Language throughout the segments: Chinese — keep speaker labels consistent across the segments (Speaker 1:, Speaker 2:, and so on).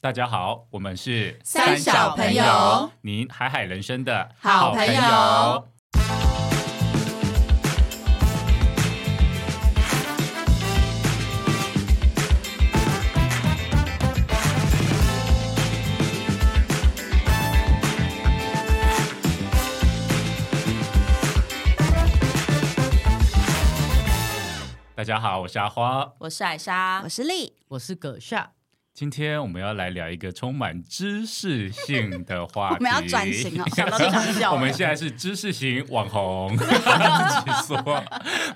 Speaker 1: 大家好，我们是
Speaker 2: 三小朋友，
Speaker 1: 您海海人生的
Speaker 2: 好朋友。
Speaker 1: 大家好，我是阿花。
Speaker 2: 我是艾莎，
Speaker 3: 我是丽，
Speaker 4: 我是葛夏，
Speaker 1: 今天我们要来聊一个充满知识性的话题。
Speaker 3: 我们要转 型哦
Speaker 2: 想到就想笑了
Speaker 1: 我们现在是知识型网红，自己说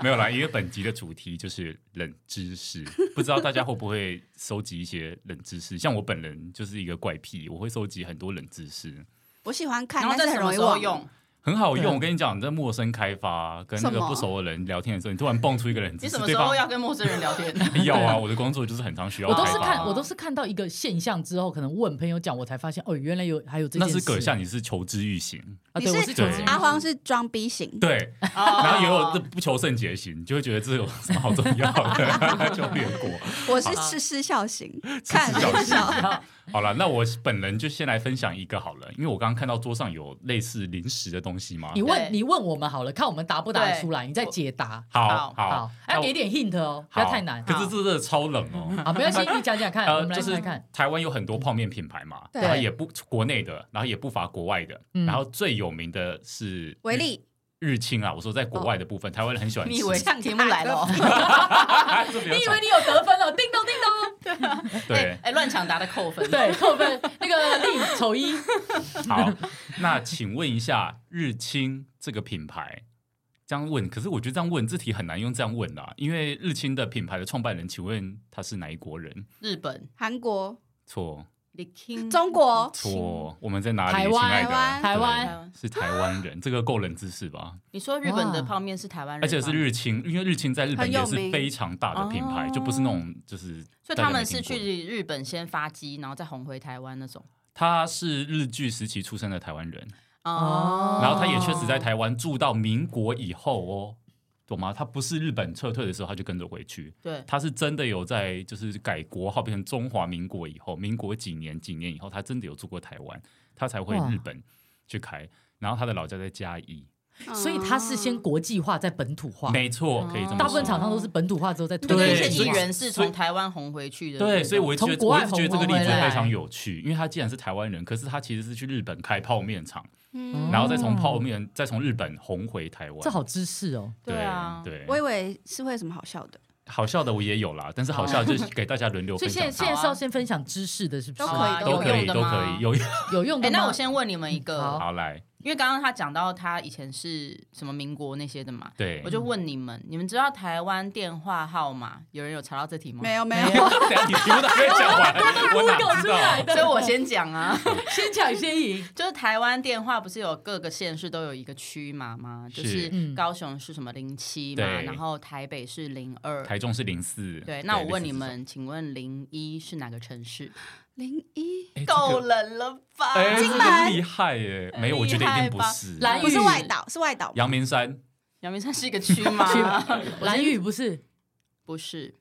Speaker 1: 没有啦，因为本集的主题就是冷知识，不知道大家会不会收集一些冷知识？像我本人就是一个怪癖，我会收集很多冷知识，
Speaker 3: 我喜欢看，
Speaker 2: 然后
Speaker 3: 但
Speaker 2: 在
Speaker 3: 是
Speaker 2: 什
Speaker 3: 很容易
Speaker 2: 么时候
Speaker 3: 忘。
Speaker 2: 用？
Speaker 1: 很好用。我跟你讲，你在陌生开发跟那
Speaker 3: 什
Speaker 1: 个
Speaker 3: 么
Speaker 1: 不熟的人聊天的时候，你突然蹦出一个冷知识，
Speaker 2: 你什么
Speaker 1: 对
Speaker 2: 时
Speaker 1: 方
Speaker 2: 候要跟陌生人 聊天？
Speaker 1: 有啊，我的工作就是很常需要
Speaker 4: 我都
Speaker 1: 开
Speaker 4: 是
Speaker 1: 发。
Speaker 4: 看我都是看到一个现象之后，可能问朋友讲，我才发现哦，原来有还有这
Speaker 1: 那
Speaker 4: 件事。
Speaker 1: 是葛夏，你是求知欲型，
Speaker 4: 啊，
Speaker 3: 你
Speaker 4: 对，我
Speaker 3: 是
Speaker 4: 是求知
Speaker 1: 对
Speaker 4: 欲
Speaker 3: 阿荒是装 逼型，
Speaker 1: 对，
Speaker 2: 哦
Speaker 1: 然后也有这不求甚解型，就会觉得这有什么好重要的， 就略过。
Speaker 3: 我是吃失 笑型，看
Speaker 1: 吃笑型
Speaker 3: 笑。
Speaker 1: 好了，那我本人就先来分享一个好了，因为我刚刚看到桌上有类似零食的东西嘛。
Speaker 4: 你
Speaker 2: 对
Speaker 4: 问你问我们好了，看我们答不答得出来，你再解答。
Speaker 1: 好
Speaker 2: 好
Speaker 1: 好，
Speaker 4: 要
Speaker 1: 那
Speaker 4: 给点 hint 哦，不
Speaker 1: 好
Speaker 4: 要太难。
Speaker 1: 可是这这超冷哦。
Speaker 4: 好，没关系，你讲讲看，我
Speaker 1: 呃，
Speaker 4: 们来
Speaker 1: 就是
Speaker 4: 看看。
Speaker 1: 台湾有很多泡面品牌嘛，
Speaker 3: 对
Speaker 1: 然后也不国内的，然后也不乏国外的，
Speaker 4: 嗯
Speaker 1: 然后最有名的是
Speaker 3: 维力，
Speaker 1: 日清啊。我说在国外的部
Speaker 4: 哦
Speaker 1: 分，台湾人很喜欢吃。
Speaker 2: 你以为这样题目 来了哦？
Speaker 1: 这比较
Speaker 4: 你以
Speaker 1: 长
Speaker 4: 为你有得分了？叮咚叮 咚，
Speaker 1: 对
Speaker 2: 哎，乱抢答的扣分。
Speaker 4: 对，扣分。那个令丑一，
Speaker 1: 好，那请问一下，日清这个品牌这样问，可是我觉得这样问这题很难用这样问啦、因为日清的品牌的创办人，请问他是哪一国人？
Speaker 2: 日本、
Speaker 3: 韩国、
Speaker 1: 错
Speaker 3: 中国，
Speaker 1: 错，我们在哪里？
Speaker 4: 台
Speaker 1: 亲
Speaker 4: 湾
Speaker 1: 爱的，
Speaker 4: 台湾
Speaker 1: 对是台湾人，这个够冷知识吧？
Speaker 2: 你说日本的
Speaker 4: 哇
Speaker 2: 泡面是台湾人，
Speaker 1: 而且是，日清，因为日清在日本
Speaker 3: 很有
Speaker 1: 也是
Speaker 3: 名
Speaker 1: 非常大的品牌，
Speaker 2: 哦
Speaker 1: 就不是那种就是
Speaker 2: 所
Speaker 1: 大家
Speaker 2: 以他
Speaker 1: 没
Speaker 2: 们
Speaker 1: 听
Speaker 2: 是
Speaker 1: 过的。
Speaker 2: 去日本先发迹，然后再红回台湾那种。
Speaker 1: 他是日剧时期出生的台湾人，
Speaker 4: 哦
Speaker 1: 然后他也确实在台湾住到民国以后哦，懂吗？他不是日本撤退的时候他就跟着回去，
Speaker 2: 对，
Speaker 1: 他是真的有在就是改国号变成中华民国以后，民国几年几年以后，他真的有住过台湾，他才会
Speaker 4: 哇
Speaker 1: 日本去开。然后他的老家在嘉义，
Speaker 2: 哦
Speaker 4: 所以他是先国际化，再本土化。
Speaker 1: 没错，可以这么说。
Speaker 4: 大部分厂商都是本土化之后再推
Speaker 2: 那
Speaker 1: 对
Speaker 2: 那
Speaker 4: 国
Speaker 2: 些
Speaker 4: 际
Speaker 2: 艺
Speaker 4: 化。
Speaker 2: 人是
Speaker 1: 所以
Speaker 2: 从台湾红回去的。
Speaker 1: 对，所以我一直觉
Speaker 4: 从
Speaker 1: 得
Speaker 4: 国
Speaker 1: 我
Speaker 4: 外
Speaker 1: 一直觉得这个例
Speaker 4: 红
Speaker 1: 子
Speaker 4: 回来
Speaker 1: 非常有趣，因为他既然是台湾人，可是他其实是去日本开泡面厂，
Speaker 3: 嗯，
Speaker 1: 然后再从泡面再从日本红回台湾。
Speaker 4: 哦这好知识哦，
Speaker 1: 对
Speaker 2: 对啊
Speaker 1: 对，
Speaker 3: 我以为是会有什么好笑的，
Speaker 1: 好笑的我也有啦，但是好
Speaker 2: 哦
Speaker 1: 笑就是给大家轮流
Speaker 4: 所
Speaker 1: 分
Speaker 4: 以现
Speaker 1: 享它，
Speaker 4: 在现在是要先分享知识的，是不是？
Speaker 3: 都可以
Speaker 1: 都可以
Speaker 2: 有用的
Speaker 1: 都可
Speaker 2: 吗
Speaker 1: 以有。
Speaker 4: 有用
Speaker 2: 啊哎，
Speaker 4: 的吗。
Speaker 2: 那我先问你们一个
Speaker 3: 嗯
Speaker 4: 好，
Speaker 1: 好来，
Speaker 2: 因为刚刚他讲到他以前是什么民国那些的嘛，
Speaker 1: 对，
Speaker 2: 我就问你们，你们知道台湾电话号码？有人有查到这题吗？
Speaker 3: 没有没
Speaker 1: 等
Speaker 3: 有，
Speaker 1: 一下你题目都还没讲完，我哪
Speaker 4: 搞
Speaker 1: 知
Speaker 4: 出
Speaker 1: 道
Speaker 4: 来？的，
Speaker 2: 所以我先讲啊，
Speaker 4: 先抢先赢。
Speaker 2: 就是台湾电话不是有各个县市都有一个区码吗？
Speaker 1: 是
Speaker 2: 就是
Speaker 4: 嗯
Speaker 2: 高雄是什么零七嘛，
Speaker 1: 对
Speaker 2: 然后台北是零二。
Speaker 1: 台中是零四，
Speaker 2: 对，那我问你
Speaker 1: 类似
Speaker 2: 们，请问零一是哪个城市？
Speaker 3: 零一
Speaker 1: 这种，
Speaker 2: 够冷了吧？
Speaker 1: 哎，这
Speaker 3: 金
Speaker 1: 个
Speaker 3: 门
Speaker 1: 哎这个厉害耶！没有，我觉得一定不是
Speaker 4: 厉害吧蓝
Speaker 3: 不是外岛，是外岛吗，
Speaker 1: 阳明山，
Speaker 2: 阳明山是一个区
Speaker 4: 区
Speaker 2: 吗？
Speaker 4: 蓝宇不是
Speaker 2: 不是，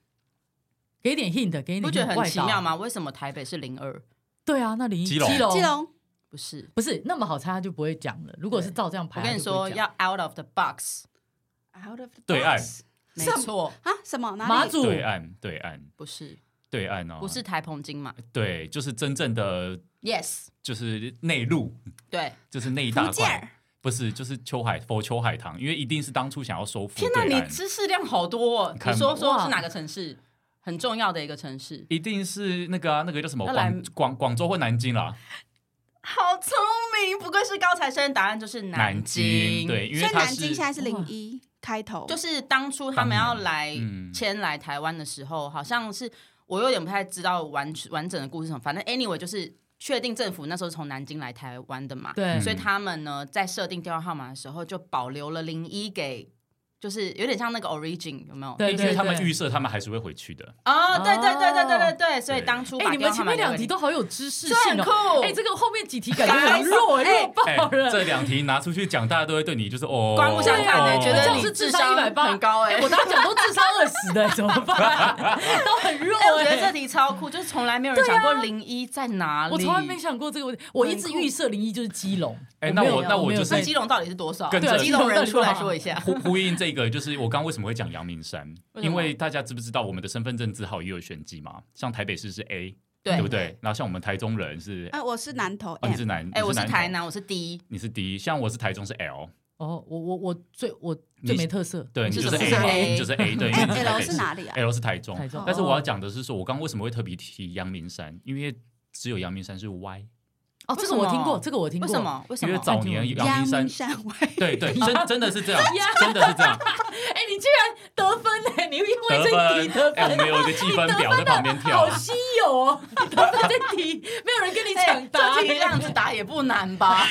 Speaker 4: 给点 hint，给点
Speaker 2: 不觉得
Speaker 4: hint，
Speaker 2: 很
Speaker 4: 怪
Speaker 2: 奇
Speaker 4: 岛
Speaker 2: 妙？吗？为什么台北是零二？
Speaker 4: 对啊，那零
Speaker 1: 基隆
Speaker 4: 隆，基隆
Speaker 3: 基隆，
Speaker 2: 不是，
Speaker 4: 不是那么好猜，他就不会讲了。如果是照这样排，
Speaker 2: 我跟你
Speaker 4: 他就不
Speaker 2: 说
Speaker 4: 会讲
Speaker 2: 要 out of the box，
Speaker 3: out of the box
Speaker 1: 对岸
Speaker 2: 没
Speaker 3: 什么
Speaker 2: 错，
Speaker 3: 啊，什么哪
Speaker 4: 马
Speaker 3: 里？
Speaker 4: 祖
Speaker 1: 对岸，对岸，
Speaker 2: 不是，
Speaker 1: 对岸哦，
Speaker 2: 不是，台澎金马
Speaker 1: 对，就是真正的
Speaker 2: ，yes，
Speaker 1: 就是内陆，
Speaker 2: 对。
Speaker 1: 就是那一大
Speaker 3: 福建
Speaker 1: 块。，不是，就是秋海佛秋海棠，因为一定是当初想要收复
Speaker 2: 天
Speaker 1: 对
Speaker 2: 你
Speaker 1: 岸，
Speaker 2: 知识量好多、哦！
Speaker 1: 看
Speaker 2: 你说说
Speaker 4: 哇
Speaker 2: 是哪个城市？很重要的一个城市。
Speaker 1: 一定是那个啊，那个叫什么
Speaker 2: 要来
Speaker 1: 广广广州或南京啦，
Speaker 2: 好聪明，不愧是高材生。答案就是
Speaker 1: 南
Speaker 2: 京。
Speaker 1: 对，，因
Speaker 3: 所
Speaker 1: 为
Speaker 3: 以
Speaker 1: 它
Speaker 3: 南
Speaker 1: 是
Speaker 3: 京现在是零一开头，
Speaker 2: 就是当初他们要来
Speaker 1: 当年嗯
Speaker 2: 迁来台湾的时候，好像是我有点不太知道完完整的故事是什么。反正 anyway 就是确定政府那时候是从南京来台湾的嘛，
Speaker 1: 嗯
Speaker 4: 对
Speaker 2: 所以他们呢在设定电话号码的时候就保留了零一给。就是有点像那个 origin 有没有？
Speaker 4: 对
Speaker 1: 因为他们
Speaker 4: 对
Speaker 1: 预设他们还是会回去的，
Speaker 2: 哦，对对对对对对对，所以当初
Speaker 4: 哎、
Speaker 2: 把
Speaker 4: 你
Speaker 2: 电话
Speaker 4: 们
Speaker 2: 号
Speaker 4: 前
Speaker 2: 码
Speaker 4: 面
Speaker 2: 留
Speaker 4: 两
Speaker 2: 给
Speaker 4: 题
Speaker 2: 你。
Speaker 4: 都好有知识
Speaker 2: 这很
Speaker 4: 性
Speaker 2: 酷
Speaker 4: 哦。哎、这个后面几题感觉很弱，哎、
Speaker 2: 哎
Speaker 4: 弱爆了。
Speaker 1: 这两题拿出去讲，大家都会对你就是哦，
Speaker 2: 刮目相看欸
Speaker 1: 哦
Speaker 2: 觉得
Speaker 4: 这
Speaker 2: 你
Speaker 4: 样是智
Speaker 2: 智
Speaker 4: 商欸
Speaker 2: 商
Speaker 4: 一百八
Speaker 2: 很高哎
Speaker 4: 我大家讲都智商二十的、怎么办？ 都很弱、
Speaker 2: 哎，我
Speaker 4: 哎。
Speaker 2: 觉得这题超酷，就是从来没有人想过零一在哪里。
Speaker 4: 我从来没想过这个问题，我一直
Speaker 2: 很酷
Speaker 4: 预设零一就是基隆。
Speaker 1: 哎
Speaker 4: 没有
Speaker 1: 那我那我
Speaker 4: 没有
Speaker 1: 就是
Speaker 2: 那
Speaker 4: 在
Speaker 2: 基隆到底是多少？
Speaker 1: 跟
Speaker 4: 对啊
Speaker 1: 着
Speaker 2: 基隆人出来说一下。
Speaker 1: 呼呼应这个，就是我刚为什么会讲阳明山？
Speaker 2: 为什么
Speaker 1: 因为大家知不知道我们的身份证字号也有选级嘛？像台北市是 A，对
Speaker 2: 对
Speaker 1: 啊不对？然后像我们台中人是，
Speaker 3: 哎，我是南投
Speaker 1: 哦，你是
Speaker 3: M，
Speaker 1: 南，
Speaker 2: 哎，我是
Speaker 1: 是
Speaker 2: 台，南，我是 D，
Speaker 1: 你是 D，像我是台中是 L，
Speaker 4: 哦，我我我最我
Speaker 1: 你
Speaker 4: 最没特色，哦
Speaker 1: 对，
Speaker 4: 你
Speaker 1: 你
Speaker 2: 是
Speaker 1: 就是
Speaker 2: 什
Speaker 1: A
Speaker 2: 么是
Speaker 1: 嘛，
Speaker 2: A
Speaker 1: 你就是 A，对，因为
Speaker 3: 哎
Speaker 1: 你是台
Speaker 3: ，L
Speaker 1: 北
Speaker 3: 是
Speaker 1: 市
Speaker 3: 哪里啊？
Speaker 1: ？L 是台中
Speaker 4: 台中，
Speaker 1: 但是
Speaker 3: 哦
Speaker 1: 我要讲的是说，我刚为什么会特别提阳明山？因为只有阳明山是 Y，
Speaker 4: 哦，这个我听过，这个我听
Speaker 2: 为
Speaker 4: 过。
Speaker 2: 什？么？为什
Speaker 1: 因为
Speaker 2: 么？
Speaker 1: 早年阳明山
Speaker 3: 明，山外，
Speaker 1: 对对，真真的是这样，真的是这样，
Speaker 4: 哎，你居然得分呢？你因为
Speaker 1: 得
Speaker 4: 这题得
Speaker 1: 分，哎，我
Speaker 4: 分，
Speaker 1: 们有一个计分表在旁边跳啊
Speaker 4: 好，稀有哦！你得分这题，没有人跟你
Speaker 2: 哎
Speaker 4: 抢答
Speaker 2: 这题这样子答也不难吧？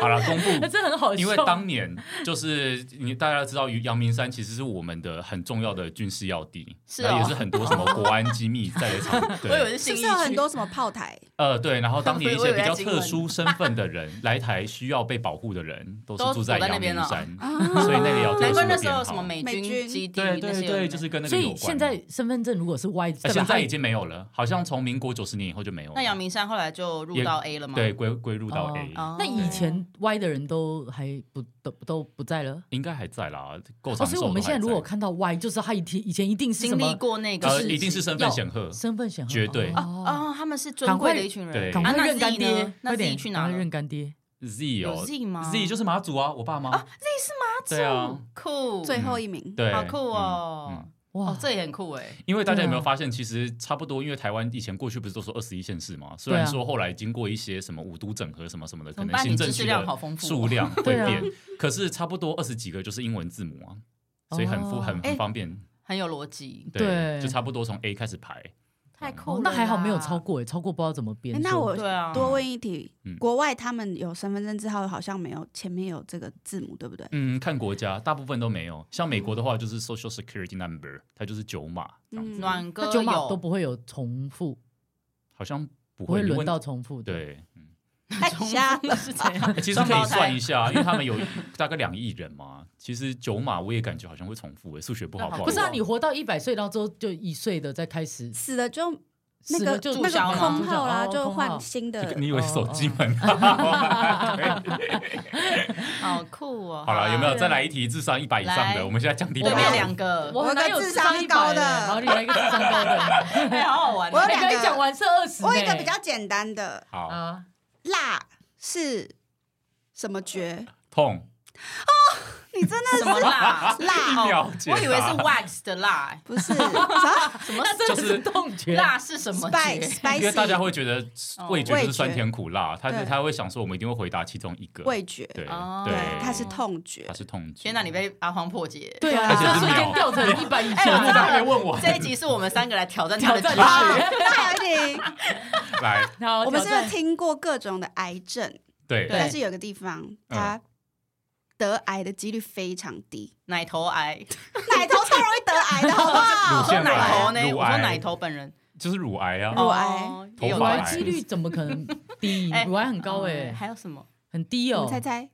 Speaker 1: 好了，公布
Speaker 4: 哎，这很好笑。
Speaker 1: 因为当年就是你大家知道，阳明山其实是我们的很重要的军事要地，
Speaker 2: 是
Speaker 1: 然后
Speaker 2: 哦
Speaker 1: 也是很多什么国安机密在的场。
Speaker 2: 我以为
Speaker 1: 对，
Speaker 2: 是
Speaker 3: 是
Speaker 2: 新
Speaker 3: 不
Speaker 2: 义
Speaker 3: 是有很
Speaker 2: 区。
Speaker 3: 多什么炮台？
Speaker 1: 呃，对，然后当年一
Speaker 2: 我以
Speaker 1: 些
Speaker 2: 为
Speaker 1: 比较
Speaker 2: 在金门
Speaker 1: 特 殊身份的人来台需要被保护的人，都是住
Speaker 2: 都躲在那
Speaker 1: 阳
Speaker 2: 边
Speaker 1: 明
Speaker 2: 了
Speaker 1: 山，
Speaker 3: 啊
Speaker 1: 所以那里有特
Speaker 2: 难
Speaker 1: 殊
Speaker 2: 怪
Speaker 1: 的
Speaker 2: 那时候
Speaker 1: 编
Speaker 2: 有什么
Speaker 1: 号。
Speaker 2: 美
Speaker 3: 美
Speaker 2: 军
Speaker 3: 军
Speaker 2: 基地
Speaker 1: 对
Speaker 2: 那
Speaker 1: 对
Speaker 2: 些有的没
Speaker 1: 对，
Speaker 2: 的，
Speaker 1: 就是跟那
Speaker 4: 所
Speaker 1: 个有
Speaker 4: 以
Speaker 1: 关。
Speaker 4: 现在身份证如果是 Y，
Speaker 1: 呃
Speaker 4: 对吧
Speaker 1: 现在已经没有了，好像从民国九十年以后就没有了。
Speaker 2: 那阳明山后来就入
Speaker 1: 也
Speaker 2: 到 A 了吗？
Speaker 1: 对归归入到 A，
Speaker 2: 哦，
Speaker 4: 那以前 Y 的人都还不都都不在了。
Speaker 1: 应该还在啦，够
Speaker 4: 哦，
Speaker 1: 长寿都还在。
Speaker 4: 所以我们现在如果看到 Y，就是他以前以前一定是什
Speaker 2: 经历
Speaker 4: 么
Speaker 2: 过那个
Speaker 1: 呃，
Speaker 2: 事
Speaker 1: 一定是身份显赫，
Speaker 4: 身份显赫，
Speaker 1: 绝对
Speaker 4: 哦，
Speaker 2: 哦，他们是尊贵的一群人。
Speaker 1: 赶
Speaker 4: 赶
Speaker 2: 啊
Speaker 4: 快
Speaker 2: 那
Speaker 4: 认干
Speaker 2: Z
Speaker 4: 爹
Speaker 2: 呢，那
Speaker 4: 快
Speaker 2: Z
Speaker 4: 点
Speaker 2: 去
Speaker 4: 赶
Speaker 2: 哪
Speaker 4: 快
Speaker 2: 了
Speaker 4: 认？干爹。
Speaker 1: Z
Speaker 2: 有
Speaker 1: 哦
Speaker 2: Z 吗
Speaker 1: Z 就是马祖啊，我爸妈啊，Z 是马祖，对啊，
Speaker 2: 酷，
Speaker 3: 最后一名，
Speaker 1: 对，
Speaker 2: 好酷哦
Speaker 1: 嗯嗯
Speaker 4: 哇
Speaker 2: 哦，，这也很酷哎。
Speaker 1: 因为大家有没
Speaker 4: 对
Speaker 1: 有
Speaker 4: 啊
Speaker 1: 发现，其实差不多，因为台湾以前过去不是都说二十一县市嘛，虽
Speaker 4: 对啊
Speaker 1: 然说后来经过一些什么五都整合什么什么的，
Speaker 2: 怎
Speaker 1: 可能
Speaker 2: 么办
Speaker 1: 行政
Speaker 2: 你知识
Speaker 1: 区
Speaker 2: 量好
Speaker 1: 的
Speaker 2: 丰富哦
Speaker 1: 数 量会
Speaker 4: 对啊
Speaker 1: 变，可是差不多二十几个就是英文字母啊，所以很
Speaker 4: 哦
Speaker 1: 方很
Speaker 2: 哎
Speaker 1: 很方便，
Speaker 2: 很有逻辑，
Speaker 1: 对，
Speaker 4: 对
Speaker 1: 就差不多从 A 开始排，
Speaker 2: 太
Speaker 4: 哦
Speaker 2: 酷了啦。
Speaker 4: 那还好没有超过，哎，超过不知道怎么
Speaker 3: 哎
Speaker 4: 编。
Speaker 3: 那我
Speaker 2: 对啊，
Speaker 3: 多问一题
Speaker 1: 嗯，
Speaker 3: 国外他们有身份证字号，好像没有前面有这个字母，对不对？
Speaker 1: 嗯，看国家，大部分都没有，像美国的话就是 Social Security Number，它就是九码这样子，
Speaker 3: 嗯
Speaker 2: 暖哥
Speaker 4: 那九码
Speaker 2: 有
Speaker 4: 都不会有重复，
Speaker 1: 好像不
Speaker 4: 不会
Speaker 1: 会
Speaker 4: 轮
Speaker 1: 问
Speaker 4: 到重复的。
Speaker 1: 对，嗯。
Speaker 3: 太哎瞎了，
Speaker 2: 哎是怎 样？
Speaker 1: 欸其实可
Speaker 2: 双
Speaker 1: 以
Speaker 2: 胞胎
Speaker 1: 算一下，因为他们有大概两亿人嘛。其实九码我也感觉好像会重复、欸，数学不好
Speaker 2: 那好
Speaker 1: 不好？
Speaker 4: 不是啊，你活到一百岁，然后之后就一岁的再开始，
Speaker 3: 死了就那
Speaker 4: 死
Speaker 3: 个
Speaker 4: 了就
Speaker 3: 那
Speaker 2: 注
Speaker 3: 个
Speaker 2: 销嘛
Speaker 3: 空号啦，
Speaker 4: 注销
Speaker 3: 就
Speaker 4: 哦空号
Speaker 3: 换新
Speaker 2: 呃
Speaker 3: 的。
Speaker 1: 你以为是手
Speaker 2: 哦
Speaker 1: 机门？
Speaker 2: 好酷哦！
Speaker 1: 好了，有没有
Speaker 2: 啊
Speaker 1: 再来一题智商一百以上
Speaker 2: 来
Speaker 1: 的？我们现在降低
Speaker 2: 对面
Speaker 1: 到
Speaker 2: 两个？
Speaker 4: 我
Speaker 3: 我有
Speaker 4: 哪有
Speaker 3: 个智
Speaker 4: 100
Speaker 3: 商高的
Speaker 4: 然后另外一个智商高的，
Speaker 2: 哎好好玩哦。
Speaker 3: 我有
Speaker 4: 哎
Speaker 3: 两
Speaker 4: 刚
Speaker 3: 个
Speaker 4: 才讲完是二十，
Speaker 3: 我有一个比较简单的，
Speaker 1: 好
Speaker 4: 啊，
Speaker 3: 辣是什么绝？
Speaker 1: 痛，
Speaker 3: 你真的
Speaker 2: 什么辣？
Speaker 3: 辣
Speaker 2: 哦
Speaker 1: 了解
Speaker 2: 我以为是
Speaker 1: 吧
Speaker 2: wax 的辣，哎
Speaker 3: 不是啥
Speaker 2: 什么
Speaker 4: 那真的
Speaker 1: 就是是
Speaker 4: 痛觉，
Speaker 2: 辣是什么
Speaker 3: ？spice
Speaker 2: 节？
Speaker 1: 因为大家
Speaker 3: spicy
Speaker 1: 会觉得味觉就是酸甜苦辣，他
Speaker 3: 对
Speaker 1: 他会想说我们一定会回答其中一个。
Speaker 3: 味觉，
Speaker 1: 对
Speaker 2: 哦
Speaker 1: 对，
Speaker 3: 它是痛觉
Speaker 1: 它，是痛觉。
Speaker 2: 天哪，你被阿黄破解！
Speaker 4: 对啊，
Speaker 3: 而
Speaker 1: 且是
Speaker 4: 瞬间
Speaker 1: 秒
Speaker 4: 掉成一百以
Speaker 2: 哎我
Speaker 1: 你
Speaker 2: 知道
Speaker 4: 上。
Speaker 1: 还没问我？
Speaker 2: 这一集是我们三个来挑战他的
Speaker 4: 挑战
Speaker 2: 极限
Speaker 3: 那
Speaker 4: 他
Speaker 3: 有 点。
Speaker 4: 哦
Speaker 1: 来，
Speaker 4: 好，
Speaker 3: 我们是
Speaker 4: 挑
Speaker 3: 不
Speaker 4: 战
Speaker 3: 是听过各种的癌症？
Speaker 1: 对
Speaker 2: 对
Speaker 3: 但是有个地方，它得癌的几率非常低。
Speaker 2: 奶头 癌，
Speaker 3: 奶头超容易得癌的，好不
Speaker 1: 乳
Speaker 3: 好？
Speaker 1: 腺
Speaker 2: 奶头呢？
Speaker 1: 乳
Speaker 2: 我
Speaker 1: 癌
Speaker 2: 说奶头本人，
Speaker 1: 就是乳癌啊
Speaker 3: 乳，癌
Speaker 2: 哦也有？
Speaker 1: 头
Speaker 4: 乳
Speaker 1: 发
Speaker 4: 癌
Speaker 1: 癌
Speaker 4: 几率怎么可能低
Speaker 2: 哎
Speaker 4: 乳癌很高
Speaker 3: 欸
Speaker 4: 哎，
Speaker 2: 还有什么？
Speaker 4: 很低
Speaker 3: 我
Speaker 4: 哦
Speaker 3: 们。猜猜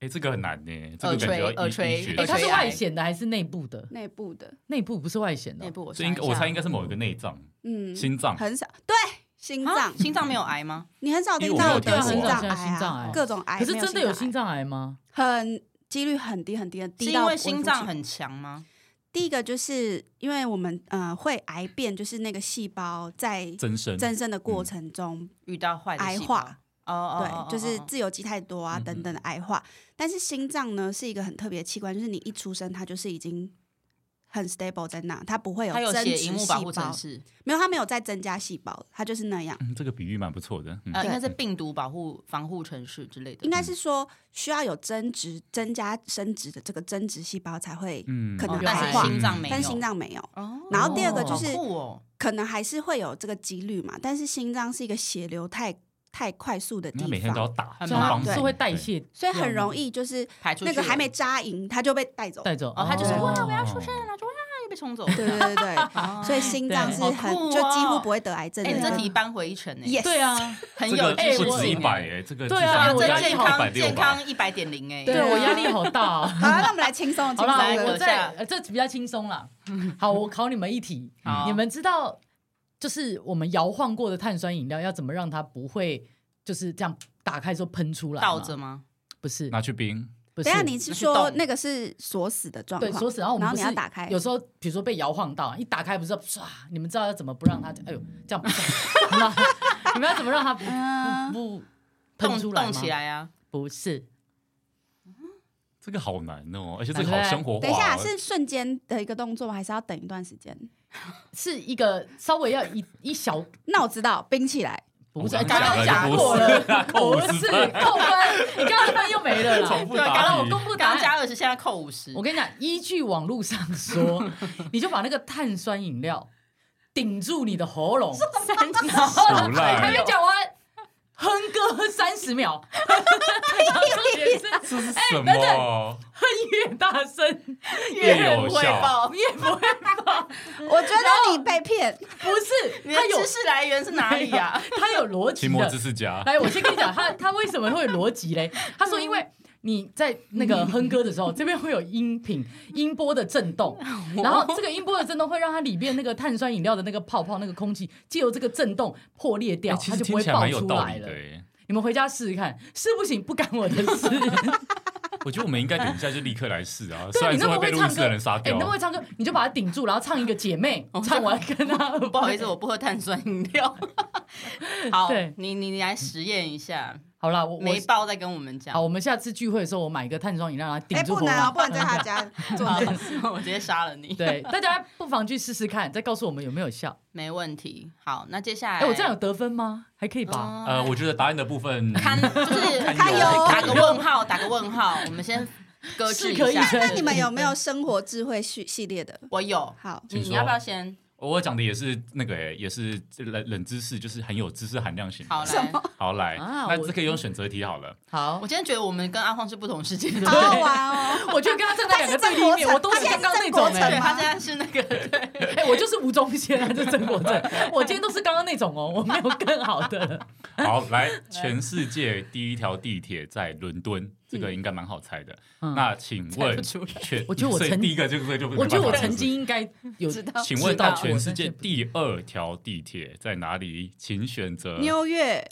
Speaker 1: 哎，这个很难呢，这
Speaker 2: 耳
Speaker 1: 个
Speaker 2: 垂
Speaker 1: 感觉要
Speaker 2: 耳
Speaker 1: 医
Speaker 2: 垂
Speaker 1: 医学
Speaker 4: 哎，
Speaker 2: 耳
Speaker 4: 它
Speaker 1: 的
Speaker 4: 是
Speaker 2: 垂
Speaker 4: 外显的还是内部的？
Speaker 3: 内部的，
Speaker 4: 内部不是外显的哦
Speaker 2: 内。部我
Speaker 1: 所以
Speaker 2: 想一
Speaker 1: 应
Speaker 2: 下
Speaker 1: 该我猜应该是某一个内脏，
Speaker 3: 嗯，
Speaker 1: 心脏。
Speaker 3: 很少，对，心
Speaker 2: 啊
Speaker 3: 脏，
Speaker 2: 心脏没有癌吗？
Speaker 3: 你很少听
Speaker 1: 因为
Speaker 3: 到
Speaker 1: 我没有
Speaker 3: 得
Speaker 1: 听过
Speaker 3: 心脏
Speaker 4: 对
Speaker 3: 癌
Speaker 4: 啊
Speaker 3: 啊，
Speaker 4: 心脏癌
Speaker 3: 各种癌，
Speaker 4: 可是真的有心
Speaker 3: 没
Speaker 4: 脏癌吗？
Speaker 3: 癌，很几率很低很低的，
Speaker 2: 是
Speaker 3: 低
Speaker 2: 因
Speaker 3: 到
Speaker 2: 为
Speaker 3: 不会
Speaker 2: 心
Speaker 3: 出
Speaker 2: 脏
Speaker 3: 现
Speaker 2: 很强吗？
Speaker 3: 第一个就是因为我们呃会癌变，就是那个细胞在
Speaker 1: 增生，
Speaker 3: 增生的过程中，
Speaker 2: 遇到坏的
Speaker 3: 癌
Speaker 2: 细胞
Speaker 3: 化
Speaker 2: 哦哦哦哦哦
Speaker 3: 对，就是自由基太多啊
Speaker 1: 嗯嗯
Speaker 3: 等等的癌化。但是心脏呢是一个很特别的器官，就是你一出生它就是已经很 stable 在那，它不会
Speaker 2: 它有
Speaker 3: 增
Speaker 2: 写
Speaker 3: 殖
Speaker 2: 荧幕
Speaker 3: 细
Speaker 2: 保护城
Speaker 3: 胞，
Speaker 2: 市，
Speaker 3: 没有它没有再增加细胞，它就是那样。
Speaker 1: 嗯，这个比喻蛮不错的。嗯，
Speaker 2: 呃，
Speaker 3: 对
Speaker 2: 应该是病毒保护防护城市之类的。
Speaker 3: 应该是说需要有增殖、增加生殖的这个增殖细胞才会，
Speaker 1: 嗯
Speaker 3: 可能
Speaker 2: 哦
Speaker 3: 有
Speaker 2: 但
Speaker 3: 癌
Speaker 2: 是
Speaker 3: 化
Speaker 2: 心脏没有，
Speaker 3: 但心脏没有，
Speaker 2: 哦。
Speaker 3: 然后第二个就是
Speaker 2: 好酷哦，
Speaker 3: 可能还是会有这个几率嘛。但是心脏是一个血流太太快速的地
Speaker 1: 那
Speaker 3: 方，
Speaker 1: 每天都要打，
Speaker 2: 很
Speaker 4: 所以它
Speaker 2: 忙
Speaker 1: 帮
Speaker 4: 是
Speaker 1: 助
Speaker 4: 会代。谢掉吗，
Speaker 3: 所以很容易就是
Speaker 2: 排出去
Speaker 3: 那个还没
Speaker 2: 了
Speaker 3: 扎营，它就被带走。
Speaker 4: 带走。
Speaker 2: 哦，他就是
Speaker 3: 哦
Speaker 2: 哇，
Speaker 3: 哇
Speaker 2: 我要出生了，就哇，被冲走。
Speaker 3: 对对对 对，
Speaker 2: 哦
Speaker 3: 所以心脏是
Speaker 4: 对
Speaker 3: 很、
Speaker 2: 好酷哦
Speaker 3: 就几乎不会得癌症的
Speaker 2: 哎，你
Speaker 3: 人。
Speaker 2: 这题扳回一城呢，
Speaker 3: Yes
Speaker 4: 对啊，
Speaker 2: 很
Speaker 1: 这
Speaker 2: 有
Speaker 1: 个
Speaker 4: 哎
Speaker 2: 技
Speaker 1: 不
Speaker 2: 术
Speaker 4: 我
Speaker 1: 止一
Speaker 2: 性
Speaker 1: 百哎，这个
Speaker 4: 对啊
Speaker 1: 至少
Speaker 2: 这
Speaker 4: 我压
Speaker 2: 这
Speaker 4: 力
Speaker 1: 一
Speaker 2: 哦健
Speaker 1: 百
Speaker 2: 康
Speaker 1: 六
Speaker 2: 健
Speaker 1: 吧。
Speaker 2: 康一百点零哎，
Speaker 4: 对
Speaker 3: 啊
Speaker 4: 我压力好大、哦。
Speaker 3: 好啊了，那我们来轻松轻松
Speaker 4: 好啦，
Speaker 2: 来
Speaker 4: 我
Speaker 2: 我
Speaker 3: 的。
Speaker 4: 再
Speaker 2: 下
Speaker 4: 呃，这比较轻松啦。好，我考你们一题
Speaker 2: 好，
Speaker 4: 你们知道就是我们摇晃过的碳酸饮料要怎么让它不会就是这样打开之后喷出来吗？
Speaker 2: 倒着吗？
Speaker 4: 不是，
Speaker 1: 拿去冰，
Speaker 4: 不是。
Speaker 3: 等一下你是
Speaker 2: 那是
Speaker 3: 说
Speaker 2: 动
Speaker 3: 那个是锁死的状
Speaker 4: 对
Speaker 3: 况？
Speaker 4: 锁死，然后我们
Speaker 3: 然
Speaker 4: 不
Speaker 3: 后
Speaker 4: 是
Speaker 3: 你要打开
Speaker 4: 有时候比如说被摇晃到，一打开不是唰，你们知道要怎么不让它？哎呦，这样，你们要 你们要怎么让它不
Speaker 3: 嗯
Speaker 4: 不不
Speaker 2: 动
Speaker 4: 喷出来
Speaker 2: 动
Speaker 4: 吗？
Speaker 2: 起来啊！
Speaker 4: 不是，
Speaker 1: 这个好难哦，而且这个
Speaker 4: 对
Speaker 1: 好
Speaker 4: 不对
Speaker 1: 生活化哦。
Speaker 3: 等一下是瞬间的一个动作吗？还是要等一段时间？
Speaker 4: 是一个稍微要一一小
Speaker 3: 那我知道，冰起来。
Speaker 4: 不是，
Speaker 1: 我
Speaker 4: 哎
Speaker 1: 刚
Speaker 4: 刚
Speaker 1: 刚
Speaker 4: 刚
Speaker 1: 讲
Speaker 4: 讲
Speaker 1: 了
Speaker 4: 过了，
Speaker 1: 扣
Speaker 4: 不
Speaker 1: 50
Speaker 4: 是
Speaker 1: 分
Speaker 4: 扣分，你刚刚分又没了 啦。
Speaker 1: 重复
Speaker 2: 对
Speaker 1: 答
Speaker 2: 刚刚
Speaker 4: 好了，我
Speaker 1: 题
Speaker 4: 公布答
Speaker 2: 刚
Speaker 4: 案。
Speaker 2: 加二十，现在扣五十
Speaker 4: 我。跟你讲，依据网络上说，你就把那个碳酸饮料顶住你的喉咙，然后
Speaker 1: 腐
Speaker 4: 呢
Speaker 1: 烂
Speaker 4: 还没讲完，哼歌三十 秒，然后重点是
Speaker 1: 这是什么？
Speaker 4: 哼越大声
Speaker 1: 越有
Speaker 2: 会
Speaker 1: 效
Speaker 2: 爆
Speaker 4: 你也不会放，
Speaker 3: 我觉得你被骗，
Speaker 4: 不是
Speaker 2: 你的
Speaker 4: 它有哎
Speaker 2: 知识来源是哪里啊呀？
Speaker 4: 它有逻辑
Speaker 1: 期末
Speaker 4: 的
Speaker 1: 知。识家，
Speaker 4: 来，我先跟你讲，他他为什么会有逻辑嘞？他说，因为你在那个哼歌的时候，这边会有音频
Speaker 1: 嗯
Speaker 4: 音波的震 动，然后这个音波的震动会让它里面那个碳酸饮料的那个泡泡、那个空气，借由这个震动破裂掉，
Speaker 1: 哎其
Speaker 4: 它
Speaker 1: 实
Speaker 4: 就不
Speaker 1: 听
Speaker 4: 会
Speaker 1: 起来
Speaker 4: 爆
Speaker 1: 蛮有
Speaker 4: 出
Speaker 1: 道
Speaker 4: 来
Speaker 1: 理
Speaker 4: 了
Speaker 1: 的。哎。
Speaker 4: 你们回家试试看，是不行不干我的 事。
Speaker 1: 我觉得我们应该等一下就立刻来试啊，虽
Speaker 4: 对
Speaker 1: 然
Speaker 4: 你那
Speaker 1: 说
Speaker 4: 么
Speaker 1: 会被
Speaker 4: 会
Speaker 1: 路
Speaker 4: 唱
Speaker 1: 痴
Speaker 4: 歌，
Speaker 1: 的人杀
Speaker 4: 哎
Speaker 1: 掉
Speaker 4: 你那。么会唱歌，你就把它顶住，然后唱一个姐妹，
Speaker 1: 哦
Speaker 4: 唱完跟他
Speaker 2: 不好意思，我不喝碳酸饮 料。好
Speaker 4: 对，
Speaker 2: 你你你来实验一下，
Speaker 4: 好啦，我我
Speaker 2: 没爆再跟我们讲
Speaker 4: 好，。我们下次聚会的时候，我买一个碳酸饮料，让它
Speaker 3: 哎、
Speaker 4: 顶住
Speaker 3: 不
Speaker 4: 喉
Speaker 3: 能哦，
Speaker 4: 咙。
Speaker 3: 不能在他家做
Speaker 2: 好
Speaker 3: 这个。
Speaker 2: 我直接杀了你，
Speaker 4: 对，大家不妨去试试看，再告诉我们有没有效。
Speaker 2: 没问题。好，那接下来，
Speaker 4: 哎、我这样有得分吗？还可以吧。
Speaker 2: 嗯
Speaker 1: 呃，我觉得答案的部分，
Speaker 2: 看就是
Speaker 1: 呃看有
Speaker 2: 打个问号，打个问号，我们先搁置
Speaker 4: 是
Speaker 2: 一
Speaker 4: 可以
Speaker 2: 下。
Speaker 4: 的
Speaker 2: 对
Speaker 4: 那
Speaker 3: 你们有没有生活智慧系系列的？
Speaker 2: 我有，
Speaker 3: 好，
Speaker 2: 你
Speaker 1: 请
Speaker 2: 你
Speaker 1: 说
Speaker 2: 要不要先？
Speaker 1: 我讲的也是那个、欸，也是冷冷知识，就是很有知识含量型的。
Speaker 2: 好来，
Speaker 1: 好来，
Speaker 4: 啊
Speaker 1: 那
Speaker 4: 我
Speaker 1: 这个用选择题好了。
Speaker 4: 好
Speaker 2: 我，今天觉得我们跟阿晃是不同世界的
Speaker 3: 好好
Speaker 2: 人。
Speaker 3: 玩哦。
Speaker 4: 我觉得刚刚站在两个对立面，我都是刚刚那
Speaker 3: 他
Speaker 4: 种
Speaker 3: 现在是郑国
Speaker 2: 对
Speaker 4: 哎、
Speaker 3: 成
Speaker 2: 他现在是那个，对
Speaker 4: 哎我就是吴宗宪，他是曾国正， 我今天都是刚刚那种哦，我没有更好的 了。
Speaker 1: 好，来，全世界第一条地铁在伦敦，这个应该蛮好猜的。
Speaker 4: 嗯
Speaker 1: 那请
Speaker 4: 猜
Speaker 1: 问
Speaker 4: 不出来
Speaker 1: 全，
Speaker 4: 我觉得我
Speaker 1: 所以
Speaker 4: 曾
Speaker 1: 第一个就这个就没
Speaker 4: 我觉得我
Speaker 1: 办法
Speaker 4: 曾经应该有
Speaker 2: 知道
Speaker 1: 是不是，请问到全世界
Speaker 4: 知道我
Speaker 1: 第二条地铁在哪里？请选择
Speaker 3: 纽约，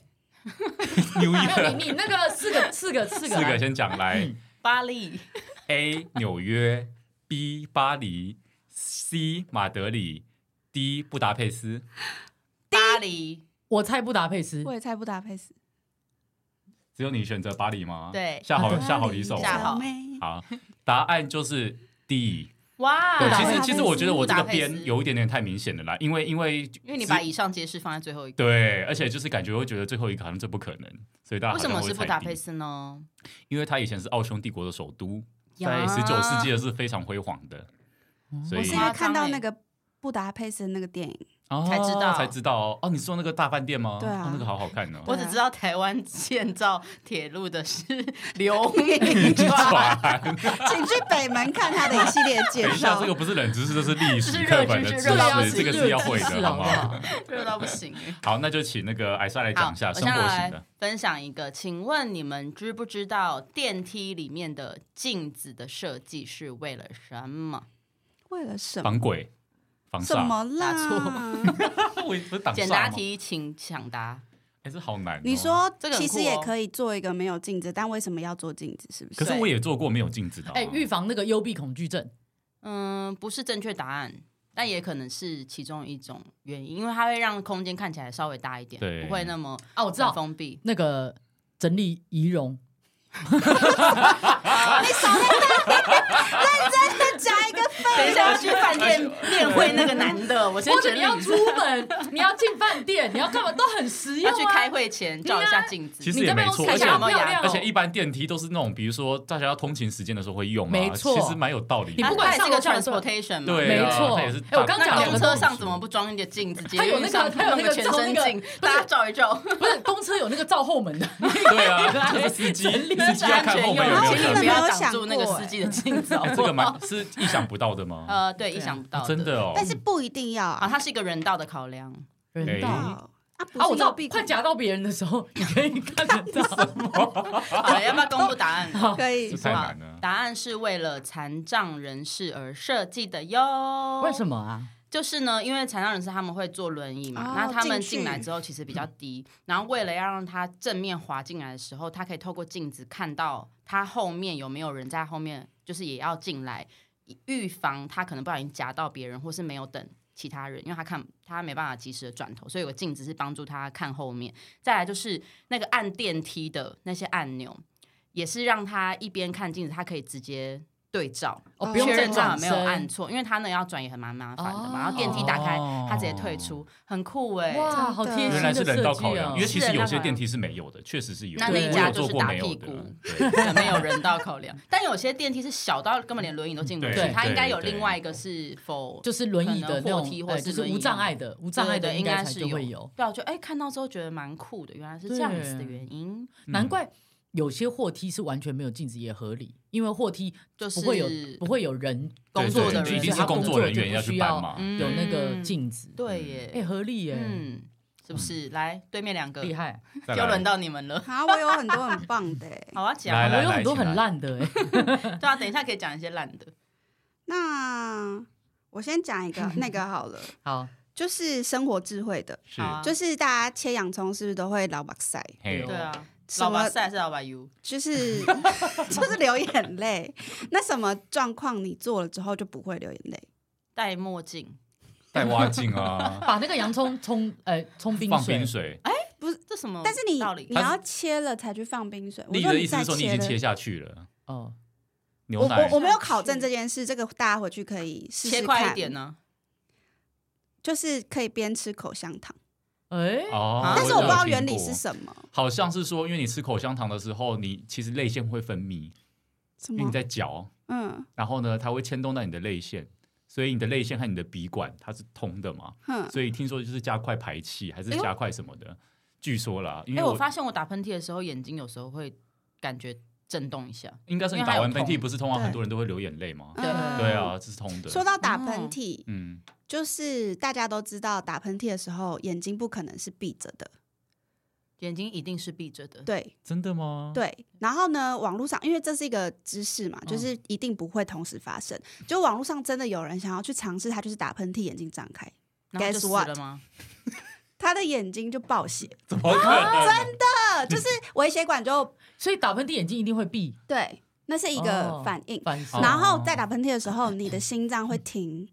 Speaker 1: 纽
Speaker 4: 没有
Speaker 1: 约。
Speaker 4: 你你那个四个四个四个
Speaker 1: 四
Speaker 4: 来
Speaker 1: 个先讲
Speaker 4: 嗯
Speaker 1: 来
Speaker 2: 巴黎，
Speaker 1: ，A 纽约，B 巴黎，C 马德里，D 布达佩斯。
Speaker 2: 巴黎，
Speaker 4: 我猜布达佩斯
Speaker 3: 我，也猜布达佩斯。
Speaker 1: 只有你选择巴黎吗？
Speaker 2: 对
Speaker 1: 下好
Speaker 4: 啊对
Speaker 1: 下好离手。哦
Speaker 2: 下好
Speaker 3: 小妹
Speaker 1: 好，答案就是 D。
Speaker 2: 哇！
Speaker 1: 对，
Speaker 4: 布达
Speaker 1: 其
Speaker 4: 佩
Speaker 1: 实
Speaker 4: 斯
Speaker 1: 其实我觉得我这个
Speaker 2: 布达佩
Speaker 1: 边
Speaker 2: 斯
Speaker 1: 有一点点太明显了啦，因为因为
Speaker 2: 因为你把
Speaker 1: 只
Speaker 2: 以上皆是放在最后一个，
Speaker 1: 对，而且就是感觉会觉得最后一个好像最不可能，所以大家好
Speaker 2: 为什
Speaker 1: 像
Speaker 2: 么
Speaker 1: 会
Speaker 2: 是
Speaker 1: 猜
Speaker 2: 布达
Speaker 1: D
Speaker 2: 佩？斯呢？
Speaker 1: 因为它以前是奥匈帝国的首都，啊在
Speaker 2: 呀
Speaker 1: 十九世纪的是非常辉煌的，所
Speaker 3: 我
Speaker 1: 以
Speaker 3: 是因为看到那个布达佩斯那个电影，
Speaker 1: 哦
Speaker 2: 才知道
Speaker 1: 才知道哦。哦，你是说那个大饭店吗？
Speaker 3: 对啊
Speaker 1: 哦那个好好看哦。
Speaker 2: 我只知道台湾建造铁路的是刘 铭传，
Speaker 1: 船，
Speaker 3: 请去北门看他的一系列介
Speaker 1: 等一 下，
Speaker 3: 绍
Speaker 1: 这。个不是冷知识，这是历
Speaker 2: 这
Speaker 1: 史
Speaker 2: 是
Speaker 1: 课
Speaker 2: 热
Speaker 1: 本的
Speaker 2: 知
Speaker 1: 知识，
Speaker 2: 识热
Speaker 4: 啊
Speaker 2: 知识
Speaker 1: 这个是要会
Speaker 4: 热知
Speaker 1: 的，
Speaker 4: 识
Speaker 1: 好不
Speaker 4: 好不
Speaker 1: 好？
Speaker 4: 好？
Speaker 2: 热到不行哎。
Speaker 1: 好，那就请那个艾莎来
Speaker 2: 好，
Speaker 1: 讲一下
Speaker 2: 我
Speaker 1: 生
Speaker 2: 先
Speaker 1: 活型
Speaker 2: 来
Speaker 1: 的。
Speaker 2: 分享一个，请问你们知不知道电梯里面的镜子的设计是为了什么？
Speaker 3: 为了什么？
Speaker 1: 防鬼、防
Speaker 3: 什
Speaker 1: 煞，
Speaker 3: 么啦？
Speaker 1: 我不啊是挡煞
Speaker 2: 简
Speaker 1: 吗
Speaker 2: 答，题，请抢答。
Speaker 1: 哎，这好难哦。
Speaker 3: 你说
Speaker 2: 这个很
Speaker 3: 其
Speaker 2: 酷
Speaker 3: 实也
Speaker 2: 哦
Speaker 3: 可以做一个没有镜子，但为什么要做镜子？是不
Speaker 1: 可
Speaker 3: 是？
Speaker 1: 是我也做过没有镜子的啊。
Speaker 4: 哎、预防那个幽闭恐惧症，
Speaker 2: 嗯，不是正确答案，但也可能是其中一种原因，因为它会让空间看起来稍微大一点，
Speaker 1: 对
Speaker 2: 不会那么
Speaker 4: 啊，我知道
Speaker 2: 很封闭。
Speaker 4: 那个整理仪容，
Speaker 3: 加一个分
Speaker 2: 等一下要去饭店宴会那个男的，我先
Speaker 4: 或者
Speaker 2: 整
Speaker 4: 你
Speaker 2: 理
Speaker 4: 要
Speaker 2: 一下
Speaker 4: 出门，你要进饭店，对，你要干嘛都很实用
Speaker 2: 要
Speaker 4: 啊。
Speaker 2: 去开会前照一下镜子。
Speaker 1: 其实
Speaker 4: 你
Speaker 1: 也
Speaker 4: 这
Speaker 1: 没
Speaker 4: 边
Speaker 1: 错，
Speaker 4: 看
Speaker 1: 而
Speaker 4: 起
Speaker 1: 且
Speaker 4: 来
Speaker 2: 有
Speaker 4: 好
Speaker 2: 没
Speaker 4: 漂
Speaker 2: 有
Speaker 4: 亮、哦，
Speaker 1: 而且一般电梯都是那种，比如说大家要通勤时间的时候会用
Speaker 4: 没
Speaker 1: 啊，
Speaker 4: 错
Speaker 1: 其实蛮有道理的。
Speaker 4: 你不管
Speaker 2: 它也是一个
Speaker 4: 上楼下楼
Speaker 2: transportation 嘛，
Speaker 1: 对
Speaker 4: 没
Speaker 1: 啊，
Speaker 4: 错
Speaker 1: 它也是
Speaker 4: 哎我刚
Speaker 1: 大
Speaker 4: 讲
Speaker 1: 大
Speaker 2: 那
Speaker 4: 两
Speaker 2: 公
Speaker 4: 个
Speaker 2: 车
Speaker 1: 东西
Speaker 2: 上怎么不装一点镜子？
Speaker 4: 它有那个
Speaker 2: 捷运上
Speaker 4: 它有那个
Speaker 2: 全
Speaker 4: 照那
Speaker 2: 身
Speaker 4: 个
Speaker 2: 镜
Speaker 4: 不是，
Speaker 2: 大家照一照。
Speaker 4: 不是公车有那个照后门的，
Speaker 1: 对啊，就是司机，
Speaker 4: 整理
Speaker 1: 司机要看后面有
Speaker 3: 然
Speaker 1: 没
Speaker 3: 后
Speaker 1: 有
Speaker 3: 你
Speaker 1: 车
Speaker 3: 们
Speaker 1: 子
Speaker 3: 没。
Speaker 2: 要
Speaker 3: 有
Speaker 2: 挡
Speaker 3: 想
Speaker 2: 住
Speaker 3: 过
Speaker 2: 那个司机的镜 子，好啊不
Speaker 1: 哎
Speaker 2: 好
Speaker 1: 这个蛮是意想不到的 吗？
Speaker 2: 呃，对，
Speaker 4: 对啊
Speaker 2: 意想不到，
Speaker 1: 真的哦，
Speaker 3: 但是不一定要
Speaker 2: 啊，
Speaker 3: 啊。
Speaker 2: 它是一个人道的考量。
Speaker 1: 人道
Speaker 4: 啊，
Speaker 3: 啊，不
Speaker 4: 我
Speaker 3: 是
Speaker 4: 知道
Speaker 3: 右，鼻孔
Speaker 4: 快夹到别人的时候，你可以看得到。
Speaker 2: 好了，要不要公布答案？
Speaker 4: 好
Speaker 3: 可以
Speaker 1: 这。太难了。
Speaker 2: 答案是为了残障人士而设计的哟。
Speaker 4: 为什？么啊？
Speaker 2: 就是呢，因为残障人士他们会坐轮椅嘛，
Speaker 3: 哦
Speaker 2: 那他们
Speaker 3: 进去
Speaker 2: 进来之后其实比较低，然后为了要让他正面滑进来的时候，他可以透过镜子看到他后面有没有人在后面，就是也要进来，以预防他可能不小心夹到别人，或是没有等其他人，因为他看他没办法及时的转头，所以有个镜子是帮助他看后面。再来就是那个按电梯的那些按钮，也是让他一边看镜子，他可以直接对照。
Speaker 4: 哦，
Speaker 3: 哦
Speaker 4: 不用
Speaker 2: 确
Speaker 4: 再
Speaker 2: 认他
Speaker 4: 转
Speaker 2: 有没有
Speaker 4: 身
Speaker 2: 按错，因为他呢要转也很蛮麻烦的
Speaker 4: 哦
Speaker 2: 嘛。然后电梯打开，他直接退出，很酷哎、欸。
Speaker 4: 哇，好贴心
Speaker 1: 哦原来
Speaker 4: 的
Speaker 1: 是
Speaker 4: 设
Speaker 1: 人
Speaker 4: 计
Speaker 1: 道考量，
Speaker 4: 哦
Speaker 1: 因为。其实有些电梯是没有的，确实是有的。
Speaker 2: 那
Speaker 4: 那一家
Speaker 1: 我有
Speaker 2: 就
Speaker 1: 坐
Speaker 2: 是
Speaker 1: 过
Speaker 2: 打
Speaker 1: 没有
Speaker 2: 屁
Speaker 1: 的
Speaker 2: 股
Speaker 1: 对
Speaker 2: 可能没有人道考量，但有些电梯是小到根本连轮椅都进不去
Speaker 1: 对，
Speaker 2: 它应该
Speaker 1: 对
Speaker 2: 有
Speaker 1: 对
Speaker 2: 另外一个是否
Speaker 4: 就是轮椅的那
Speaker 2: 可能货梯
Speaker 4: 种，
Speaker 2: 或
Speaker 4: 呃
Speaker 2: 是
Speaker 4: 就是
Speaker 2: 轮椅
Speaker 4: 无障碍的，无障碍
Speaker 2: 对
Speaker 4: 的
Speaker 2: 对应该
Speaker 4: 才
Speaker 2: 是
Speaker 4: 就会有。
Speaker 2: 对啊，我就哎、看到之后觉得蛮酷的，原来是这样子的原因，
Speaker 1: 嗯
Speaker 4: 难怪有些货梯是完全没有镜子，也合理，因为货梯
Speaker 2: 就
Speaker 4: 不
Speaker 2: 是
Speaker 4: 会有不会有人
Speaker 2: 工作的
Speaker 1: 对对
Speaker 2: 人
Speaker 1: 一定是
Speaker 4: 他
Speaker 1: 工
Speaker 4: 工
Speaker 1: 作
Speaker 4: 作
Speaker 1: 人员
Speaker 4: 就
Speaker 1: 要
Speaker 4: 不
Speaker 1: 去
Speaker 4: 需
Speaker 1: 搬
Speaker 4: 要
Speaker 1: 嘛。
Speaker 2: 嗯
Speaker 4: 有那个镜子，
Speaker 2: 对
Speaker 4: 哎，
Speaker 2: 耶，
Speaker 4: 合理耶，
Speaker 2: 嗯，是不是？来对面两个，
Speaker 4: 厉害。
Speaker 1: 再
Speaker 2: 又
Speaker 1: 来
Speaker 2: 轮到你们了，
Speaker 3: 啊，我有很多很棒的欸。
Speaker 2: 好啊，
Speaker 1: 来
Speaker 2: 讲，
Speaker 4: 我有
Speaker 1: 来
Speaker 4: 很多
Speaker 1: 请
Speaker 4: 很
Speaker 1: 来
Speaker 4: 烂的哎，
Speaker 2: 对啊，等一下可以讲一些烂的，
Speaker 3: 那我先讲一个那个好了，
Speaker 4: 好，
Speaker 3: 就是生活智慧 的，
Speaker 1: 是
Speaker 2: 好，啊
Speaker 3: 就是大家切洋葱是不是都会老把塞？
Speaker 1: 嘿
Speaker 2: 对啊，
Speaker 3: 什
Speaker 2: 老
Speaker 3: 么
Speaker 2: 把赛还是老把 U，
Speaker 3: 就是 就是流眼泪？那什么状况你做了之后就不会流眼泪？
Speaker 2: 戴墨镜。
Speaker 1: 带蛙镜 啊，
Speaker 4: 把那个洋葱冲呃冲冰
Speaker 1: 放
Speaker 4: 水
Speaker 1: 冰，水。
Speaker 2: 这什么？
Speaker 3: 但是你
Speaker 2: 道理
Speaker 3: 你要切了才去放冰水。我
Speaker 1: 你
Speaker 3: 说
Speaker 1: 的
Speaker 3: 你
Speaker 1: 意思
Speaker 3: 再
Speaker 1: 是说你已经
Speaker 3: 了
Speaker 1: 切下去了？
Speaker 4: 哦，
Speaker 1: 牛
Speaker 3: 我
Speaker 1: 奶
Speaker 3: 我我没有考证这件事，这个大家回去可以试试看。
Speaker 2: 切快一点呢？
Speaker 3: 就是可以边吃口香糖，
Speaker 4: 哎，
Speaker 1: 哦
Speaker 2: 啊，
Speaker 3: 但是我不知道
Speaker 1: 有听
Speaker 3: 原理
Speaker 1: 过
Speaker 3: 是什么。
Speaker 1: 好像是说，因为你吃口香糖的时候，你其实泪腺会分泌，
Speaker 3: 什
Speaker 1: 因为
Speaker 3: 么
Speaker 1: 你？在嚼，
Speaker 3: 嗯
Speaker 1: 然后呢，它会牵动到你的泪腺，所以你的泪腺和你的鼻管它是通的嘛，
Speaker 3: 哼，
Speaker 1: 所以听说就是加快排气还是
Speaker 2: 哎呦
Speaker 1: 加快什么的，据说啦，因
Speaker 2: 哎、
Speaker 1: 为
Speaker 2: 我
Speaker 1: 我
Speaker 2: 发现我打喷嚏的时候，眼睛有时候会感觉震动一下。
Speaker 1: 应该是你
Speaker 2: 因为它
Speaker 1: 打
Speaker 2: 有
Speaker 1: 完喷嚏，
Speaker 2: 痛
Speaker 1: 不是通常
Speaker 3: 对
Speaker 1: 很多人都会流眼泪吗？
Speaker 2: 对
Speaker 3: 嗯
Speaker 1: 对。啊，这是通的。
Speaker 3: 说到打喷嚏，
Speaker 1: 嗯，
Speaker 3: 就是大家都知道，打喷嚏的时候眼睛不可能是闭着的，
Speaker 2: 眼睛一定是闭着的，
Speaker 3: 对
Speaker 1: 真的吗？，
Speaker 3: 对。然后呢，网络上因为这是一个知识嘛，就是
Speaker 1: 嗯
Speaker 3: 一定不会同时发生。就网络上真的有人想要去尝试，他就是打喷嚏，眼睛张开，
Speaker 2: 然后就
Speaker 3: Guess
Speaker 2: 死
Speaker 3: what？
Speaker 2: 了吗？
Speaker 3: 他的眼睛就爆血，
Speaker 1: 怎么可 能？
Speaker 3: 呃，就是微血管就
Speaker 4: 所以打喷嚏眼睛一定会闭，
Speaker 3: 对，那是一个
Speaker 4: 哦
Speaker 3: 反应。
Speaker 4: 反射
Speaker 1: 哦
Speaker 3: 然后在打喷嚏的时候，你的心脏会停。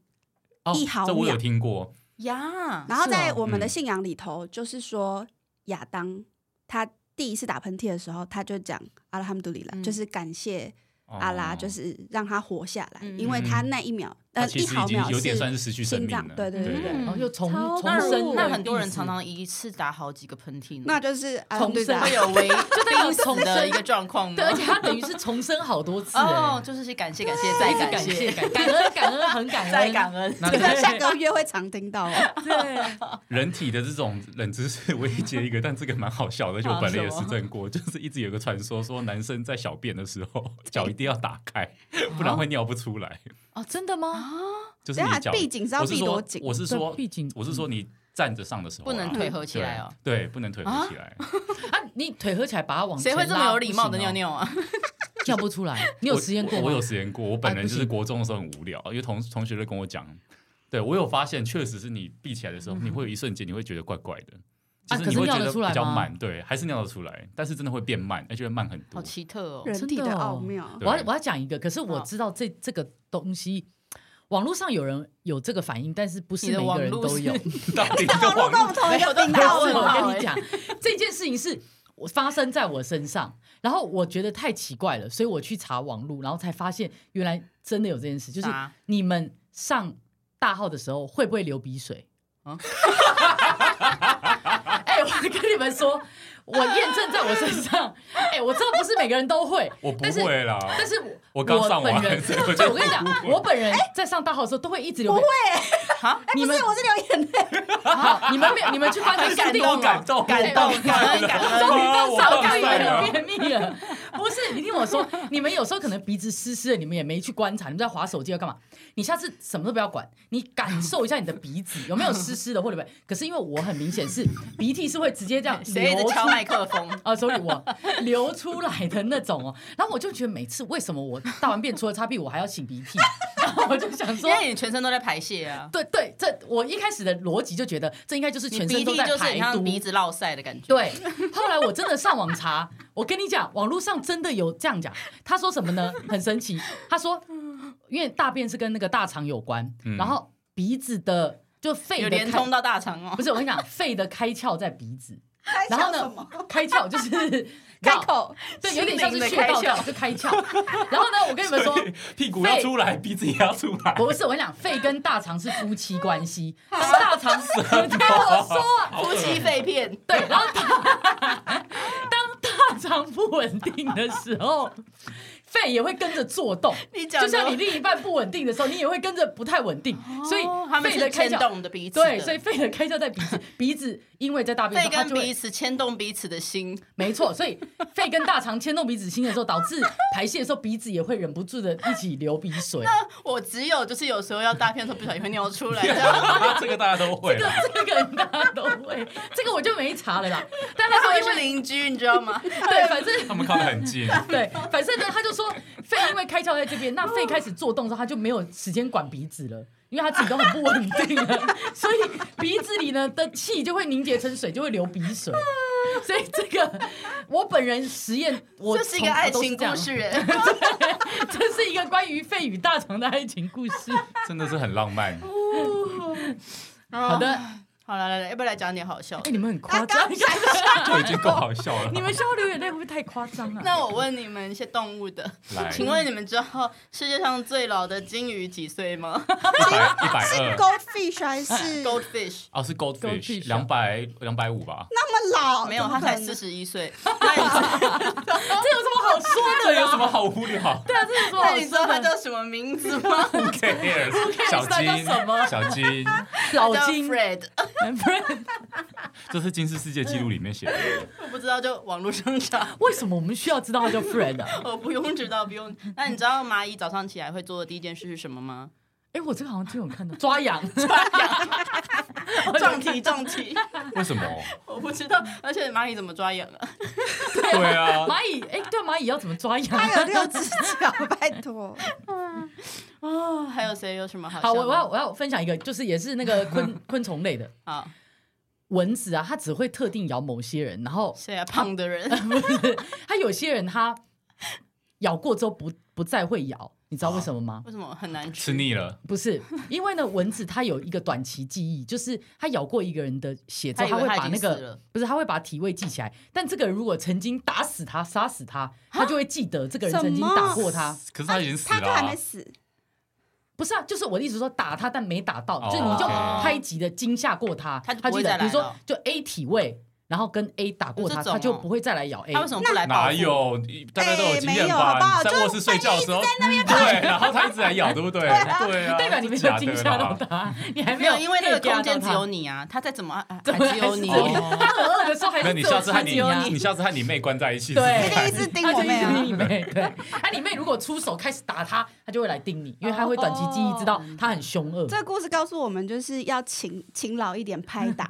Speaker 1: 哦
Speaker 3: 一毫
Speaker 1: 这我有
Speaker 3: 秒
Speaker 1: 听过，
Speaker 2: 呀，
Speaker 3: 然后
Speaker 4: 是
Speaker 3: 在
Speaker 4: 哦
Speaker 3: 我们的
Speaker 1: 嗯
Speaker 3: 信仰里头，就是说亚当他第一次打喷嚏的时候，他就讲阿拉哈姆杜里拉，
Speaker 2: 嗯
Speaker 3: 就是感谢阿拉，
Speaker 1: 哦
Speaker 3: 就是让他活下来，
Speaker 2: 嗯
Speaker 3: 因为他那一秒
Speaker 1: 它
Speaker 3: 呃
Speaker 1: 其
Speaker 3: 一
Speaker 1: 实已
Speaker 3: 毫
Speaker 1: 经
Speaker 3: 秒
Speaker 1: 有点算
Speaker 3: 是
Speaker 1: 是失去生
Speaker 3: 心
Speaker 1: 命
Speaker 3: 脏
Speaker 1: 了，
Speaker 3: 对对
Speaker 1: 对
Speaker 3: 对嗯
Speaker 1: 对
Speaker 4: 然
Speaker 2: 嗯
Speaker 4: 后又重
Speaker 3: 超
Speaker 4: 重
Speaker 2: 那
Speaker 3: 酷
Speaker 4: 生，
Speaker 2: 那很多人常常一次打好几个喷
Speaker 1: 嗯
Speaker 2: 嚏呢，
Speaker 3: 那就是阿拉
Speaker 4: 重
Speaker 3: 姆杜里
Speaker 4: 生
Speaker 3: 拉
Speaker 2: 会有为
Speaker 4: 代表
Speaker 2: 濒
Speaker 4: 重
Speaker 2: 死
Speaker 4: 生
Speaker 2: 的一个状况吗
Speaker 4: 对，？而且他等于是重生好多次
Speaker 2: 哦
Speaker 4: 哎，，
Speaker 2: 就是去感谢感谢再感
Speaker 4: 一直
Speaker 2: 谢，
Speaker 4: 感感恩感恩很感恩，
Speaker 2: 再感恩。
Speaker 1: 那
Speaker 3: 这个下个月会常听到哦。
Speaker 4: 对，
Speaker 1: 人体的这种冷知识我也接一个，但这个蛮好笑的，而且我本人也
Speaker 2: 好什
Speaker 1: 实
Speaker 2: 么
Speaker 1: 证过，就是一直有个传说说男生在小便的时候 脚一定要打开，不然会尿不出来。
Speaker 4: 哦，真的
Speaker 2: 啊
Speaker 4: 吗？
Speaker 1: 就是
Speaker 3: 等一
Speaker 1: 你
Speaker 3: 下
Speaker 1: 脚，
Speaker 3: 闭啊紧是要
Speaker 1: 我是
Speaker 3: 闭多
Speaker 1: 说
Speaker 3: 紧，？
Speaker 1: 我是说
Speaker 4: 对，嗯闭紧
Speaker 1: 我是说你站着上的时候啊
Speaker 2: 不能腿合起来哦，
Speaker 1: 对，对不能腿合起来。
Speaker 4: 啊，你腿合起来把它往
Speaker 2: 谁会
Speaker 4: 前
Speaker 2: 这
Speaker 4: 拉
Speaker 2: 么有礼貌的尿，
Speaker 4: 不行
Speaker 2: 尿啊？
Speaker 4: 哦尿不 出来？你有
Speaker 1: 我
Speaker 4: 实验过吗？
Speaker 1: 我？我有实验过，我本
Speaker 4: 哎
Speaker 1: 人
Speaker 4: 不
Speaker 1: 就是
Speaker 4: 行
Speaker 1: 国中的时候很无聊，因为同同学都跟我讲，对我有发现，确实是你闭起来的时候，你会有一瞬间你会觉得怪怪的。
Speaker 4: 嗯啊
Speaker 1: 就是
Speaker 4: 可
Speaker 1: 你
Speaker 4: 是
Speaker 1: 会
Speaker 4: 尿
Speaker 1: 觉
Speaker 4: 得
Speaker 1: 得
Speaker 4: 出来
Speaker 1: 比较
Speaker 4: 吗
Speaker 1: 慢，对，还是尿得出来，但是真的会变慢，而且会慢很多
Speaker 2: 好。奇特哦，
Speaker 3: 人体
Speaker 4: 真
Speaker 3: 的
Speaker 4: 的哦
Speaker 3: 奥妙。
Speaker 1: 对
Speaker 4: 我要我要讲一个，可是我
Speaker 2: 好
Speaker 4: 知道这这个东西，网络上有人有这个反应，但是不是
Speaker 2: 你的
Speaker 4: 每个
Speaker 2: 网
Speaker 4: 人
Speaker 2: 络
Speaker 4: 都
Speaker 2: 是
Speaker 4: 有。
Speaker 1: 到 底跟
Speaker 3: 网络跟我们同一个频
Speaker 4: 不是，
Speaker 3: 道
Speaker 2: 我
Speaker 4: 我
Speaker 3: 哦，
Speaker 4: 跟你讲，这件事情是我发生在我身上，然后我觉得太奇怪了，所以我去查网路，然后才发现原来真的有这件事，就是
Speaker 2: 啥
Speaker 4: 你们
Speaker 3: 嗯
Speaker 4: 上大号的时候会不会流鼻水？们说，我验证在我身上。哎、我知道不是每个人都会，
Speaker 1: 我不
Speaker 4: 但是
Speaker 1: 会啦，
Speaker 4: 但是我
Speaker 1: 我刚上
Speaker 4: 本
Speaker 1: 完
Speaker 4: 人，
Speaker 1: 所以我就
Speaker 4: 对我跟你讲，我本人在上大号的时候都会一直流眼泪。
Speaker 2: 好，
Speaker 3: 哎，
Speaker 4: 你
Speaker 3: 不
Speaker 4: 们
Speaker 3: 是，我是流眼泪，
Speaker 4: 好，你们没有，你 们去翻看
Speaker 2: 很感
Speaker 4: 定
Speaker 2: 动
Speaker 1: 我
Speaker 3: 啊
Speaker 2: 哦
Speaker 1: 感动，
Speaker 2: 感动
Speaker 1: 我
Speaker 2: 感恩感恩
Speaker 4: 终于
Speaker 1: 啊
Speaker 4: 放
Speaker 1: 我
Speaker 4: 上
Speaker 1: 放
Speaker 4: 自己
Speaker 1: 散
Speaker 4: 的
Speaker 1: 了
Speaker 4: 便秘了。 不是，你听我说，你们有时候可能鼻子湿湿的，你们也没去观察，你们在划手机要干嘛？你下次什么都不要管，你感受一下你的鼻子有没有湿湿的，或者不。可是因为我很明显是鼻涕是会直接这 样
Speaker 2: 谁一
Speaker 4: 流
Speaker 2: 直
Speaker 4: 出
Speaker 2: 敲麦克风？
Speaker 4: 啊，所以我流出来的那种哦，然后我就觉得每次为什么我大完便除了擦屁股我还要擤鼻涕， 然后我就想说
Speaker 2: 因，为你全身都在排泄啊，
Speaker 4: 对对，这我一开始的逻辑就觉得这应该就是
Speaker 2: 你
Speaker 4: 全
Speaker 2: 鼻
Speaker 4: 身都
Speaker 2: 涕
Speaker 4: 在
Speaker 2: 就是很
Speaker 4: 排毒
Speaker 2: 像，鼻子落塞的感觉。
Speaker 4: 对，后来我真的上网查， 我跟你讲，网络上真的有这样讲。他说什么呢？很神奇。他说，因为大便是跟那个大肠有关，
Speaker 1: 嗯
Speaker 4: 然后鼻子的就肺
Speaker 2: 有
Speaker 4: 的
Speaker 2: 连
Speaker 4: 开
Speaker 2: 通到大肠哦
Speaker 4: 不，是我跟你讲，肺的开窍在鼻子，
Speaker 3: 还
Speaker 4: 然
Speaker 3: 想
Speaker 4: 后呢
Speaker 3: 什么？
Speaker 4: 开窍就是
Speaker 3: 开，口，
Speaker 4: 对，有点像是
Speaker 2: 心灵的
Speaker 4: 穴道
Speaker 2: 开
Speaker 4: 这样
Speaker 2: 窍
Speaker 4: 就开窍。然后呢，我跟你们说
Speaker 1: 所。以屁股要出来，鼻子也要出来，
Speaker 4: 不是，我跟你讲，肺跟大肠是夫妻关系，大肠，你听啊我 说，
Speaker 2: 夫妻肺片。
Speaker 4: 对，然后大当大肠不稳定的时候，肺也会跟着做动。
Speaker 2: 你讲
Speaker 4: 就
Speaker 2: 的
Speaker 4: 像你另一半不稳定的时候，你也会跟着不太稳定，所以
Speaker 2: 哦他们
Speaker 4: 肺的
Speaker 2: 是
Speaker 4: 开
Speaker 2: 牵
Speaker 4: 销，
Speaker 2: 动的彼此的，
Speaker 4: 对，所以肺的开销在鼻子， 鼻子因为在大便的
Speaker 2: 肺
Speaker 4: 时候，它
Speaker 2: 跟
Speaker 4: 就会
Speaker 2: 彼此牵动彼此的心，
Speaker 4: 没错，所以肺跟大肠牵动鼻子心的时候，导致排泄的时候鼻子也会忍不住的一起流鼻水。
Speaker 2: 我只有就是有时候要大片的时候不小心会尿出 来，这样
Speaker 1: 这个大家都会
Speaker 4: 这个
Speaker 1: 啦。
Speaker 4: 这个大家都会，这个我就没查 了啦。但他
Speaker 2: 他
Speaker 4: 说
Speaker 2: 们
Speaker 4: 因
Speaker 2: 是
Speaker 4: 为
Speaker 2: 邻居，你知道吗？
Speaker 4: 对，反正
Speaker 1: 他们靠得很近，
Speaker 4: 对，反正呢，他就说肺因为开窍在这边，那肺开始做动之后，他就没有时间管鼻子了。因为他自己都很不稳定了， 所以鼻子里呢的气就会凝结成水，就会流鼻水。 所以这个我本人实验，我
Speaker 2: 这是一
Speaker 4: 从
Speaker 2: 个
Speaker 4: 小
Speaker 2: 爱
Speaker 4: 都是
Speaker 2: 情
Speaker 4: 这样
Speaker 2: 故，事，人，
Speaker 4: 这是一个关于肺与大肠的爱情故 事。
Speaker 1: 真的是很浪 漫。
Speaker 4: 好
Speaker 2: 好
Speaker 4: 的，，
Speaker 2: 哦好了，来来，要不要来讲点好笑
Speaker 4: 哎，
Speaker 2: 的？
Speaker 4: 你们很夸张，
Speaker 1: 就已经够好笑了。
Speaker 4: 你们笑流眼泪会不会太夸张 啊？
Speaker 2: 那我问你们一些动物的，
Speaker 1: 来，
Speaker 2: 请问你们知道世界上最老的鲸鱼几岁 吗
Speaker 1: 一百一百
Speaker 3: 是
Speaker 1: 二
Speaker 3: goldfish 还是那
Speaker 2: ？Goldfish
Speaker 1: 哦，是
Speaker 4: Goldfish
Speaker 1: goldfish 两百两百五吧？
Speaker 3: 么
Speaker 4: 哦
Speaker 3: 老？
Speaker 2: 没有，
Speaker 3: 怎么
Speaker 2: 它
Speaker 3: 可能
Speaker 2: 才四十一 岁。那你知道
Speaker 4: 这有什么好说
Speaker 1: 这
Speaker 4: 的
Speaker 1: 有什
Speaker 4: 啊？
Speaker 1: 么好无聊
Speaker 4: 对啊，这有什么
Speaker 2: 那
Speaker 4: 好
Speaker 2: 你知道
Speaker 4: 说
Speaker 2: 它
Speaker 4: 的？
Speaker 2: 叫什么名字 吗？
Speaker 1: ？Who cares？小
Speaker 4: 那叫什么
Speaker 1: 金，小金，
Speaker 2: 它
Speaker 4: 老
Speaker 2: 叫
Speaker 4: 金
Speaker 2: Fred，
Speaker 1: 这是金氏世界纪录里面写的。
Speaker 2: 我不知道，就网络上查，
Speaker 4: 为什么我们需要知道他叫 Fred 啊？
Speaker 2: 我不用知道，不用。那你知道蚂蚁早上起来会做的第一件事是什么 吗？
Speaker 4: 哎、我这个好像真有看到抓痒，
Speaker 2: 撞题撞题，
Speaker 1: 为什么？
Speaker 2: 我不知道。而且蚂蚁怎么抓痒啊？
Speaker 1: 对啊，
Speaker 4: 蚂蚁，哎、对，蚂蚁要怎么抓痒？
Speaker 3: 它有六只脚， 拜托。
Speaker 2: 哦，还有谁有什么好笑
Speaker 4: 好，
Speaker 2: 的？
Speaker 4: 我我要我要分享一个，就是也是那个 昆昆虫类的
Speaker 2: 好
Speaker 4: 蚊子啊，它只会特定咬某些人，然后
Speaker 2: 谁啊？胖的 人
Speaker 4: 它有些人它咬过之后不不再会咬，你知道为什么吗？
Speaker 2: 为什么很难吃？
Speaker 1: 吃腻了，
Speaker 4: 不是，因为呢，蚊子它有一个短期记忆，就是它咬过一个人的血之
Speaker 2: 他
Speaker 4: 后，
Speaker 2: 以
Speaker 4: 它
Speaker 2: 为
Speaker 4: 会
Speaker 2: 他
Speaker 4: 把
Speaker 2: 已
Speaker 4: 那
Speaker 2: 经死
Speaker 4: 个
Speaker 2: 了，
Speaker 4: 不是，它会把体位记起来。但这个人如果曾经打死他、杀死他，他就会记得这个人
Speaker 3: 什
Speaker 4: 曾经
Speaker 3: 么
Speaker 4: 打过他。
Speaker 1: 可 是他已经死
Speaker 3: 它
Speaker 1: 了
Speaker 3: 都还
Speaker 1: 啊
Speaker 3: 没。死，
Speaker 4: 不是啊，就是我的意思说打他，但没打到，
Speaker 1: 哦
Speaker 4: 就你就
Speaker 1: OK
Speaker 4: 拍集的惊吓过他，
Speaker 2: 他就
Speaker 4: 他
Speaker 2: 不
Speaker 4: 记
Speaker 2: 会再
Speaker 4: 得，比
Speaker 2: 来
Speaker 4: 如说
Speaker 2: 了
Speaker 4: 就 A 体位，然后跟 A 打过
Speaker 2: 有
Speaker 4: 他，
Speaker 2: 这种
Speaker 4: 他
Speaker 2: 哦
Speaker 4: 就不会再来咬 A。
Speaker 2: 他为什么不来报复？
Speaker 1: 哪有？大家都有经验
Speaker 3: 哎没有好不
Speaker 1: 吧？
Speaker 3: 好
Speaker 1: 你在卧室睡觉的时候，嗯对，然后他一直来咬，对不对？对啊，
Speaker 4: 代表你没
Speaker 1: 是假的
Speaker 4: 有惊吓到
Speaker 1: 啦。
Speaker 4: 他，你还
Speaker 2: 没
Speaker 4: 有
Speaker 2: 有，因为那个空间只有
Speaker 4: 你，
Speaker 2: 你啊，他再怎么啊
Speaker 4: 怎么
Speaker 2: 还只有你
Speaker 4: 还。是他很饿的时候还
Speaker 1: 那
Speaker 4: 是
Speaker 1: 哦你
Speaker 4: 只有
Speaker 1: 下次和
Speaker 4: 他只
Speaker 1: 你
Speaker 4: 有哦你，
Speaker 1: 你下次和你妹关在一起，
Speaker 4: 对
Speaker 3: 它就一直盯
Speaker 4: 他就
Speaker 3: 我
Speaker 4: 一
Speaker 3: 妹
Speaker 4: 直
Speaker 3: 啊
Speaker 4: 盯。你妹，对，他你妹如果出手开始打他，他就会来盯你，因为他会短期记忆知
Speaker 2: 哦
Speaker 4: 道他很凶恶，
Speaker 3: 这个故事告诉我们，就是要勤勤劳一点拍 打。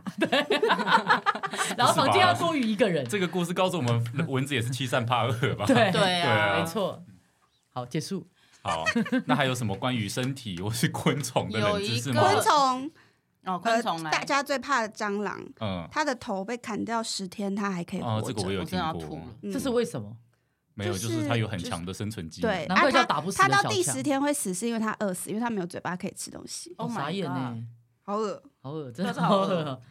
Speaker 4: 然后房间要多于一个人，
Speaker 1: 这个故事告诉我们，蚊子也是欺善怕恶吧？
Speaker 2: 对
Speaker 4: 对
Speaker 2: 啊，
Speaker 1: 对
Speaker 4: 没
Speaker 1: 啊
Speaker 4: 错。好，结束。
Speaker 1: 好， 那还有什么关于身体或是昆虫的冷知识吗？
Speaker 3: 昆虫，
Speaker 2: 哦，
Speaker 3: 呃
Speaker 2: 昆虫，来，
Speaker 3: 大家最怕的蟑螂，
Speaker 1: 嗯，
Speaker 3: 它的头被砍掉十天，它还可以活
Speaker 1: 哦，这
Speaker 3: 着。
Speaker 1: 个我有
Speaker 2: 我
Speaker 1: 听
Speaker 2: 真的要吐
Speaker 1: 过
Speaker 2: 了，。
Speaker 3: 嗯
Speaker 4: 这是为什么？
Speaker 1: 没有，
Speaker 3: 就
Speaker 1: 就是是它有很强的生存技能。
Speaker 3: 对，
Speaker 4: 难怪
Speaker 3: 啊
Speaker 4: 叫
Speaker 3: 它
Speaker 4: 打不死
Speaker 3: 它
Speaker 4: 的小
Speaker 3: 到第
Speaker 4: 强
Speaker 3: 十天会死，是因为它饿死，因为它没有嘴巴可以吃东西，
Speaker 4: 我
Speaker 2: Oh my
Speaker 4: 傻眼呢
Speaker 2: God，
Speaker 3: 好恶。
Speaker 4: 好恶，真的
Speaker 2: 真的好恶
Speaker 4: 恶。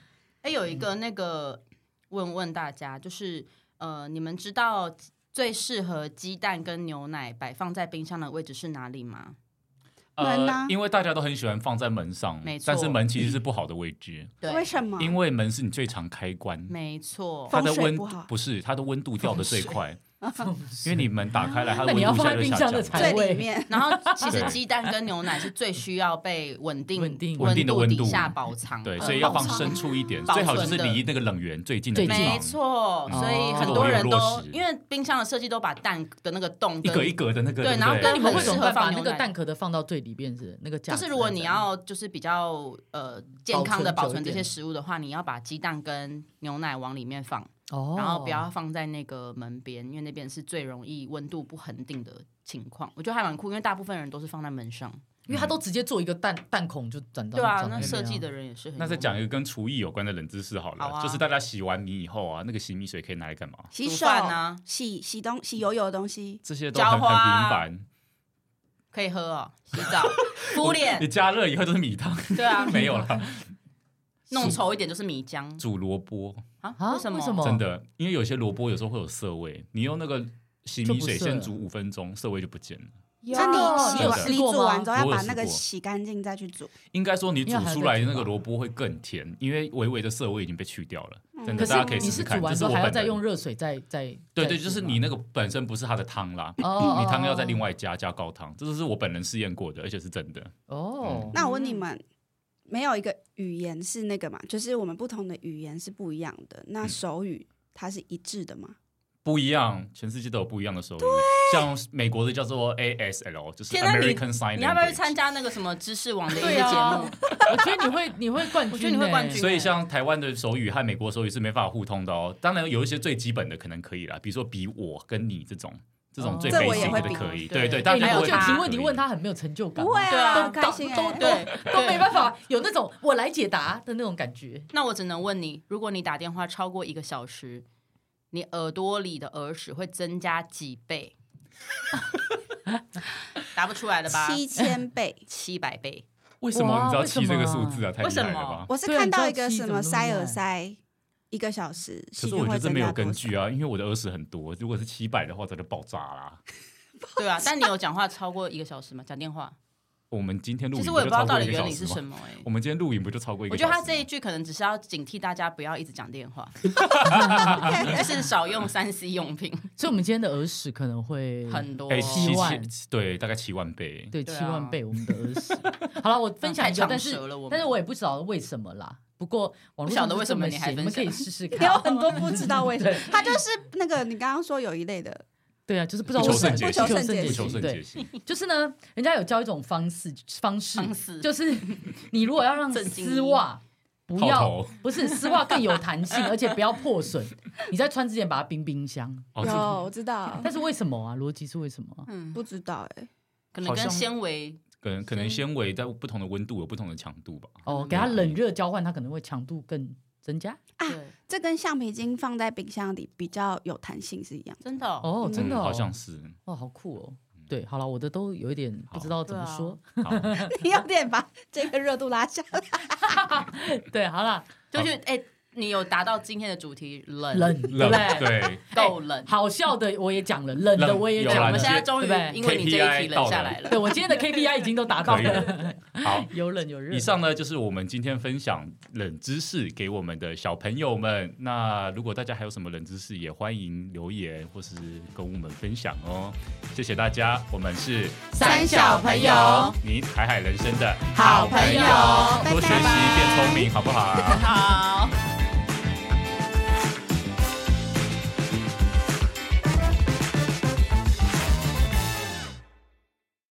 Speaker 2: 哎，有
Speaker 1: 嗯
Speaker 2: 一个那个问问大家，就是呃，你们知道最适合鸡蛋跟牛奶摆放在冰箱的位置是哪里吗？
Speaker 1: 呃
Speaker 3: 门啊，
Speaker 1: 因为大家都很喜欢放在门上
Speaker 2: 没，错
Speaker 1: 但是门其实是不好的位置，
Speaker 2: 对，
Speaker 3: 为什么？
Speaker 1: 因为门是你最常开关，
Speaker 2: 没错，
Speaker 1: 它的
Speaker 3: 风水
Speaker 1: 温
Speaker 3: 不好
Speaker 1: 不是它的温度掉的最快， 因为
Speaker 4: 为
Speaker 1: 你门打开来，它
Speaker 4: 那
Speaker 1: 的温
Speaker 4: 你要
Speaker 1: 度
Speaker 4: 放
Speaker 1: 下
Speaker 4: 在
Speaker 1: 就
Speaker 4: 冰
Speaker 1: 下
Speaker 4: 箱
Speaker 1: 降
Speaker 4: 的
Speaker 1: 了。
Speaker 4: 才
Speaker 3: 最里
Speaker 4: 对
Speaker 3: 面
Speaker 2: 然后其实
Speaker 1: 对
Speaker 2: 鸡蛋跟牛奶是最需要被稳定
Speaker 4: 稳定
Speaker 1: 稳定的温
Speaker 2: 底
Speaker 1: 度
Speaker 2: 下保藏，
Speaker 1: 对，
Speaker 2: 呃
Speaker 1: 所以要
Speaker 2: 保
Speaker 1: 放
Speaker 2: 存
Speaker 1: 深处一点，
Speaker 2: 保
Speaker 1: 最
Speaker 2: 存
Speaker 1: 好就是
Speaker 2: 的
Speaker 1: 离那个冷源最近的
Speaker 4: 最
Speaker 1: 地
Speaker 4: 近
Speaker 2: 没
Speaker 1: 方，
Speaker 2: 错，
Speaker 4: 嗯
Speaker 2: 所以
Speaker 4: 哦
Speaker 2: 很多人
Speaker 1: 这个我有
Speaker 2: 都
Speaker 1: 落实
Speaker 2: 因为冰箱的设计都把蛋的那个洞
Speaker 1: 一
Speaker 2: 跟
Speaker 1: 格一格的那个，
Speaker 2: 对
Speaker 1: 不
Speaker 2: 然后
Speaker 4: 那
Speaker 2: 跟
Speaker 4: 你们
Speaker 2: 很
Speaker 4: 为什
Speaker 2: 适
Speaker 4: 么
Speaker 2: 合
Speaker 4: 会
Speaker 2: 放
Speaker 4: 把
Speaker 2: 牛奶
Speaker 4: 那个蛋壳的放到最里面是那个架
Speaker 2: 就
Speaker 4: 子在
Speaker 2: 是
Speaker 4: 哪？
Speaker 2: 如果你要就是比较呃健康的保存这些食物的话，你要把鸡蛋跟牛奶往里面放，
Speaker 4: 哦，
Speaker 2: 然后不要放在那个门边，因为那边是最容易温度不恒定的情况。我觉得还蛮酷，因为大部分人都是放在门上。
Speaker 4: 因为它都直接做一个弹弹孔就转到
Speaker 2: 对啊，
Speaker 4: 长
Speaker 2: 那
Speaker 4: 边
Speaker 2: 设计
Speaker 4: 啊
Speaker 2: 的人也是很。
Speaker 1: 那再讲一个跟厨艺有关的冷知识好了，
Speaker 2: 好啊
Speaker 1: 就是大家洗完米以后啊，那个洗米水可以拿来干嘛？
Speaker 3: 洗
Speaker 2: 煮
Speaker 3: 手
Speaker 2: 饭啊
Speaker 3: 洗洗东洗油油的东西，
Speaker 1: 这些都很很
Speaker 2: 浇花啊
Speaker 1: 平凡。
Speaker 2: 可以喝哦，洗澡、敷
Speaker 1: 你
Speaker 2: 脸，
Speaker 1: 加热以后就是米汤，
Speaker 2: 对啊，
Speaker 1: 没 有了。
Speaker 2: 弄稠一点就是米浆
Speaker 1: 煮萝卜
Speaker 2: 啊？
Speaker 4: 啊？
Speaker 2: 为什么？
Speaker 4: 为什么？
Speaker 1: 真的，因为有些萝卜有时候会有涩味，你用那个洗米水
Speaker 4: 就不涩了
Speaker 1: 先煮五分钟，涩味就不见了。
Speaker 4: 有？
Speaker 3: 那你
Speaker 4: 你
Speaker 3: 洗
Speaker 4: 有
Speaker 3: 完
Speaker 4: 试
Speaker 3: 你
Speaker 4: 过
Speaker 3: 煮
Speaker 4: 吗
Speaker 3: 完之？后要
Speaker 1: 我有
Speaker 3: 把
Speaker 1: 试
Speaker 3: 那个
Speaker 1: 过
Speaker 3: 洗干净再去煮，
Speaker 1: 应该说你煮
Speaker 4: 因为还在
Speaker 1: 出来的那
Speaker 4: 煮
Speaker 1: 个
Speaker 4: 吧
Speaker 1: 萝卜会更甜，因为微微的涩味已经被去掉了。真
Speaker 4: 嗯可
Speaker 1: 的，
Speaker 4: 是
Speaker 1: 大家可以
Speaker 4: 你
Speaker 1: 试
Speaker 4: 是
Speaker 1: 试
Speaker 4: 煮
Speaker 1: 看。
Speaker 4: 完
Speaker 1: 这
Speaker 4: 之
Speaker 1: 是
Speaker 4: 后
Speaker 1: 我
Speaker 4: 还要
Speaker 1: 本
Speaker 4: 再
Speaker 1: 人
Speaker 4: 用热水再再
Speaker 1: 对
Speaker 4: 再
Speaker 1: 对，
Speaker 4: 煮
Speaker 1: 就是
Speaker 4: 吗
Speaker 1: 你那个本身不是它的汤啦，米
Speaker 4: 哦
Speaker 1: 米汤要再另
Speaker 4: 哦
Speaker 1: 外加加高汤，这就是我本人试验过的，而且是真的。
Speaker 4: 哦。
Speaker 3: 那我问你们，没有一个语言是那个嘛？就是我们不同的语言是不一样的。那手语它是一致的吗？
Speaker 1: 不一样，全世界都有不一样的手语，像美国的叫做 ASL，就是
Speaker 2: 天哪你
Speaker 1: American Sign
Speaker 2: 你要不要去参
Speaker 1: Language。
Speaker 2: 加那个什么知识网的一个
Speaker 4: 对
Speaker 2: 节
Speaker 4: 啊
Speaker 2: 目？，
Speaker 4: 我觉得你会你会冠军欸，
Speaker 2: 我觉得你会冠军
Speaker 1: 所以，像台湾的手语和美国手语是没办法互通的哦。当然，有一些最基本的可能可以啦，比如说比我跟你这种，这
Speaker 2: 哦
Speaker 1: 种最
Speaker 3: 这我也
Speaker 1: basic
Speaker 3: 会
Speaker 1: 的
Speaker 3: 比
Speaker 1: 可以。
Speaker 2: 对
Speaker 1: 对对，
Speaker 4: 哎
Speaker 1: 大
Speaker 4: 你
Speaker 1: 家
Speaker 4: 看
Speaker 1: 都
Speaker 4: 我
Speaker 1: 会
Speaker 4: 觉
Speaker 1: 比
Speaker 4: 得
Speaker 1: 可以
Speaker 4: 提问题问他很没有成就感，
Speaker 3: 不会
Speaker 2: 对啊
Speaker 3: 啊，很开心
Speaker 4: 都
Speaker 3: 哎、
Speaker 4: 都
Speaker 2: 对
Speaker 4: 都没办法有那种我来解答的那种感觉。
Speaker 2: 那我只能问你，如果你打电话超过一个小时，你耳朵里的耳屎会增加几倍？ 答不出来了吧？。
Speaker 3: 七千倍
Speaker 2: 七百倍，
Speaker 1: 为什么你知道
Speaker 4: 哇
Speaker 1: 七这个数字啊？太
Speaker 2: 为
Speaker 1: 厉
Speaker 2: 什么
Speaker 1: 害了吧！
Speaker 3: 我是
Speaker 4: 对
Speaker 3: 看
Speaker 4: 你
Speaker 3: 到
Speaker 4: 知
Speaker 3: 一
Speaker 4: 道
Speaker 3: 个
Speaker 4: 七
Speaker 3: 什
Speaker 4: 怎么
Speaker 3: 么
Speaker 4: 那么
Speaker 3: 塞
Speaker 4: 厉害
Speaker 3: 耳塞，一个小时
Speaker 1: 可
Speaker 3: 细
Speaker 1: 是我
Speaker 3: 菌
Speaker 1: 觉
Speaker 3: 会
Speaker 1: 得这
Speaker 3: 增
Speaker 1: 没
Speaker 3: 加
Speaker 1: 有
Speaker 3: 多
Speaker 1: 根
Speaker 3: 少
Speaker 1: 据？啊， 因为我的耳屎很多，如果是七百的话，早就爆炸啦。
Speaker 2: 对啊。但你有讲话超过一个小时吗？讲电话，
Speaker 1: 我们今 天录
Speaker 2: 其
Speaker 1: 影
Speaker 2: 实
Speaker 1: 不
Speaker 2: 我也
Speaker 1: 就
Speaker 2: 不知道
Speaker 1: 超
Speaker 2: 到
Speaker 1: 过一
Speaker 2: 底
Speaker 1: 个
Speaker 2: 原
Speaker 1: 小
Speaker 2: 理
Speaker 1: 时
Speaker 2: 是
Speaker 1: 吗
Speaker 2: 什？么哎、
Speaker 1: 我们今天录影不就超过一
Speaker 2: 我
Speaker 1: 个
Speaker 2: 觉
Speaker 1: 小时
Speaker 2: 得
Speaker 1: 吗？
Speaker 2: 他这一句可能只是要警惕大家不要一直讲电 话，就是少用三 C 用品，
Speaker 4: 所以，我们今天的耳屎可能会
Speaker 2: 很多。
Speaker 1: 哎
Speaker 4: 希
Speaker 1: 七
Speaker 4: 望
Speaker 1: 千对，大概七万倍。
Speaker 4: 对
Speaker 2: 对啊
Speaker 4: 七万倍我们的耳屎。好了，我分享一个，
Speaker 2: 太
Speaker 4: 哎
Speaker 2: 长
Speaker 4: 但是
Speaker 2: 舌了我们
Speaker 4: 但是我也不晓得为什么啦。不过网络
Speaker 2: 不晓得为什么你还
Speaker 4: 我们可
Speaker 2: 分
Speaker 4: 以
Speaker 2: 享
Speaker 4: 试试
Speaker 3: 有
Speaker 4: 看。
Speaker 3: 很多不知道为什么，它就是那个你刚刚说有一类的，
Speaker 4: 对啊，就是不知道
Speaker 1: 不
Speaker 4: 为
Speaker 1: 求
Speaker 4: 什么
Speaker 1: 甚解
Speaker 3: 不
Speaker 1: 析，
Speaker 3: 求甚
Speaker 1: 不
Speaker 3: 解析
Speaker 1: 求甚
Speaker 4: 对
Speaker 1: 解析。
Speaker 4: 就是呢，人家有教一种方式方式，
Speaker 2: 方式
Speaker 4: 就是你如果要让
Speaker 2: 震惊
Speaker 4: 丝袜不要
Speaker 1: 套头哦
Speaker 4: 不是丝袜更有弹性，而且不要破损，你在穿之前把它冰冰箱。
Speaker 1: 哦，
Speaker 3: 有
Speaker 1: 这
Speaker 3: 我知道，
Speaker 4: 但是为什么啊？逻辑是为什么啊？
Speaker 2: 嗯，
Speaker 3: 不知道哎、
Speaker 2: 可能
Speaker 1: 好
Speaker 2: 跟
Speaker 1: 像
Speaker 2: 纤维
Speaker 1: 可能可能纤维在不同的温度有不同的强度吧。
Speaker 4: 哦，给它冷热交换，它可能会强度更增加。
Speaker 3: 啊
Speaker 2: 对，
Speaker 3: 这跟橡皮筋放在冰箱里比较有弹性是一样的。
Speaker 2: 真的哦、
Speaker 4: 哦，
Speaker 3: 嗯
Speaker 4: 真的、哦
Speaker 1: 嗯好像是。
Speaker 4: 哇，好酷哦。对，好了，我的都有一点不知道怎么说。
Speaker 1: 好，
Speaker 3: 你有点把这个热度拉下来，
Speaker 2: 啊
Speaker 4: 对，好了，
Speaker 2: 就是哎、你有达到今天的主题冷
Speaker 4: 冷，哎对
Speaker 1: 冷
Speaker 4: 不对？
Speaker 1: 对
Speaker 2: 够冷。
Speaker 4: 好笑的我也讲了，冷的
Speaker 1: 冷
Speaker 4: 我也
Speaker 1: 有
Speaker 4: 讲
Speaker 1: 啦
Speaker 2: 我们
Speaker 4: 了
Speaker 1: 你
Speaker 2: 现。在
Speaker 1: 接
Speaker 2: 终于
Speaker 4: 对
Speaker 2: 因为你这一
Speaker 1: KPI
Speaker 2: 题冷下
Speaker 1: 到了
Speaker 2: 来了
Speaker 4: 对，我今天的 KPI 已经都达到
Speaker 1: 可以
Speaker 4: 了，
Speaker 1: 了。好，
Speaker 4: 有冷有热。
Speaker 1: 以上呢就是我们今天分享冷知识给我们的小朋友们。那如果大家还有什么冷知识，也欢迎留言或是跟我们分享哦。谢谢大家，我们是
Speaker 4: 三小朋友
Speaker 1: 你海海人生的
Speaker 4: 好朋友
Speaker 1: 多学习变聪明，好不好？
Speaker 2: 好。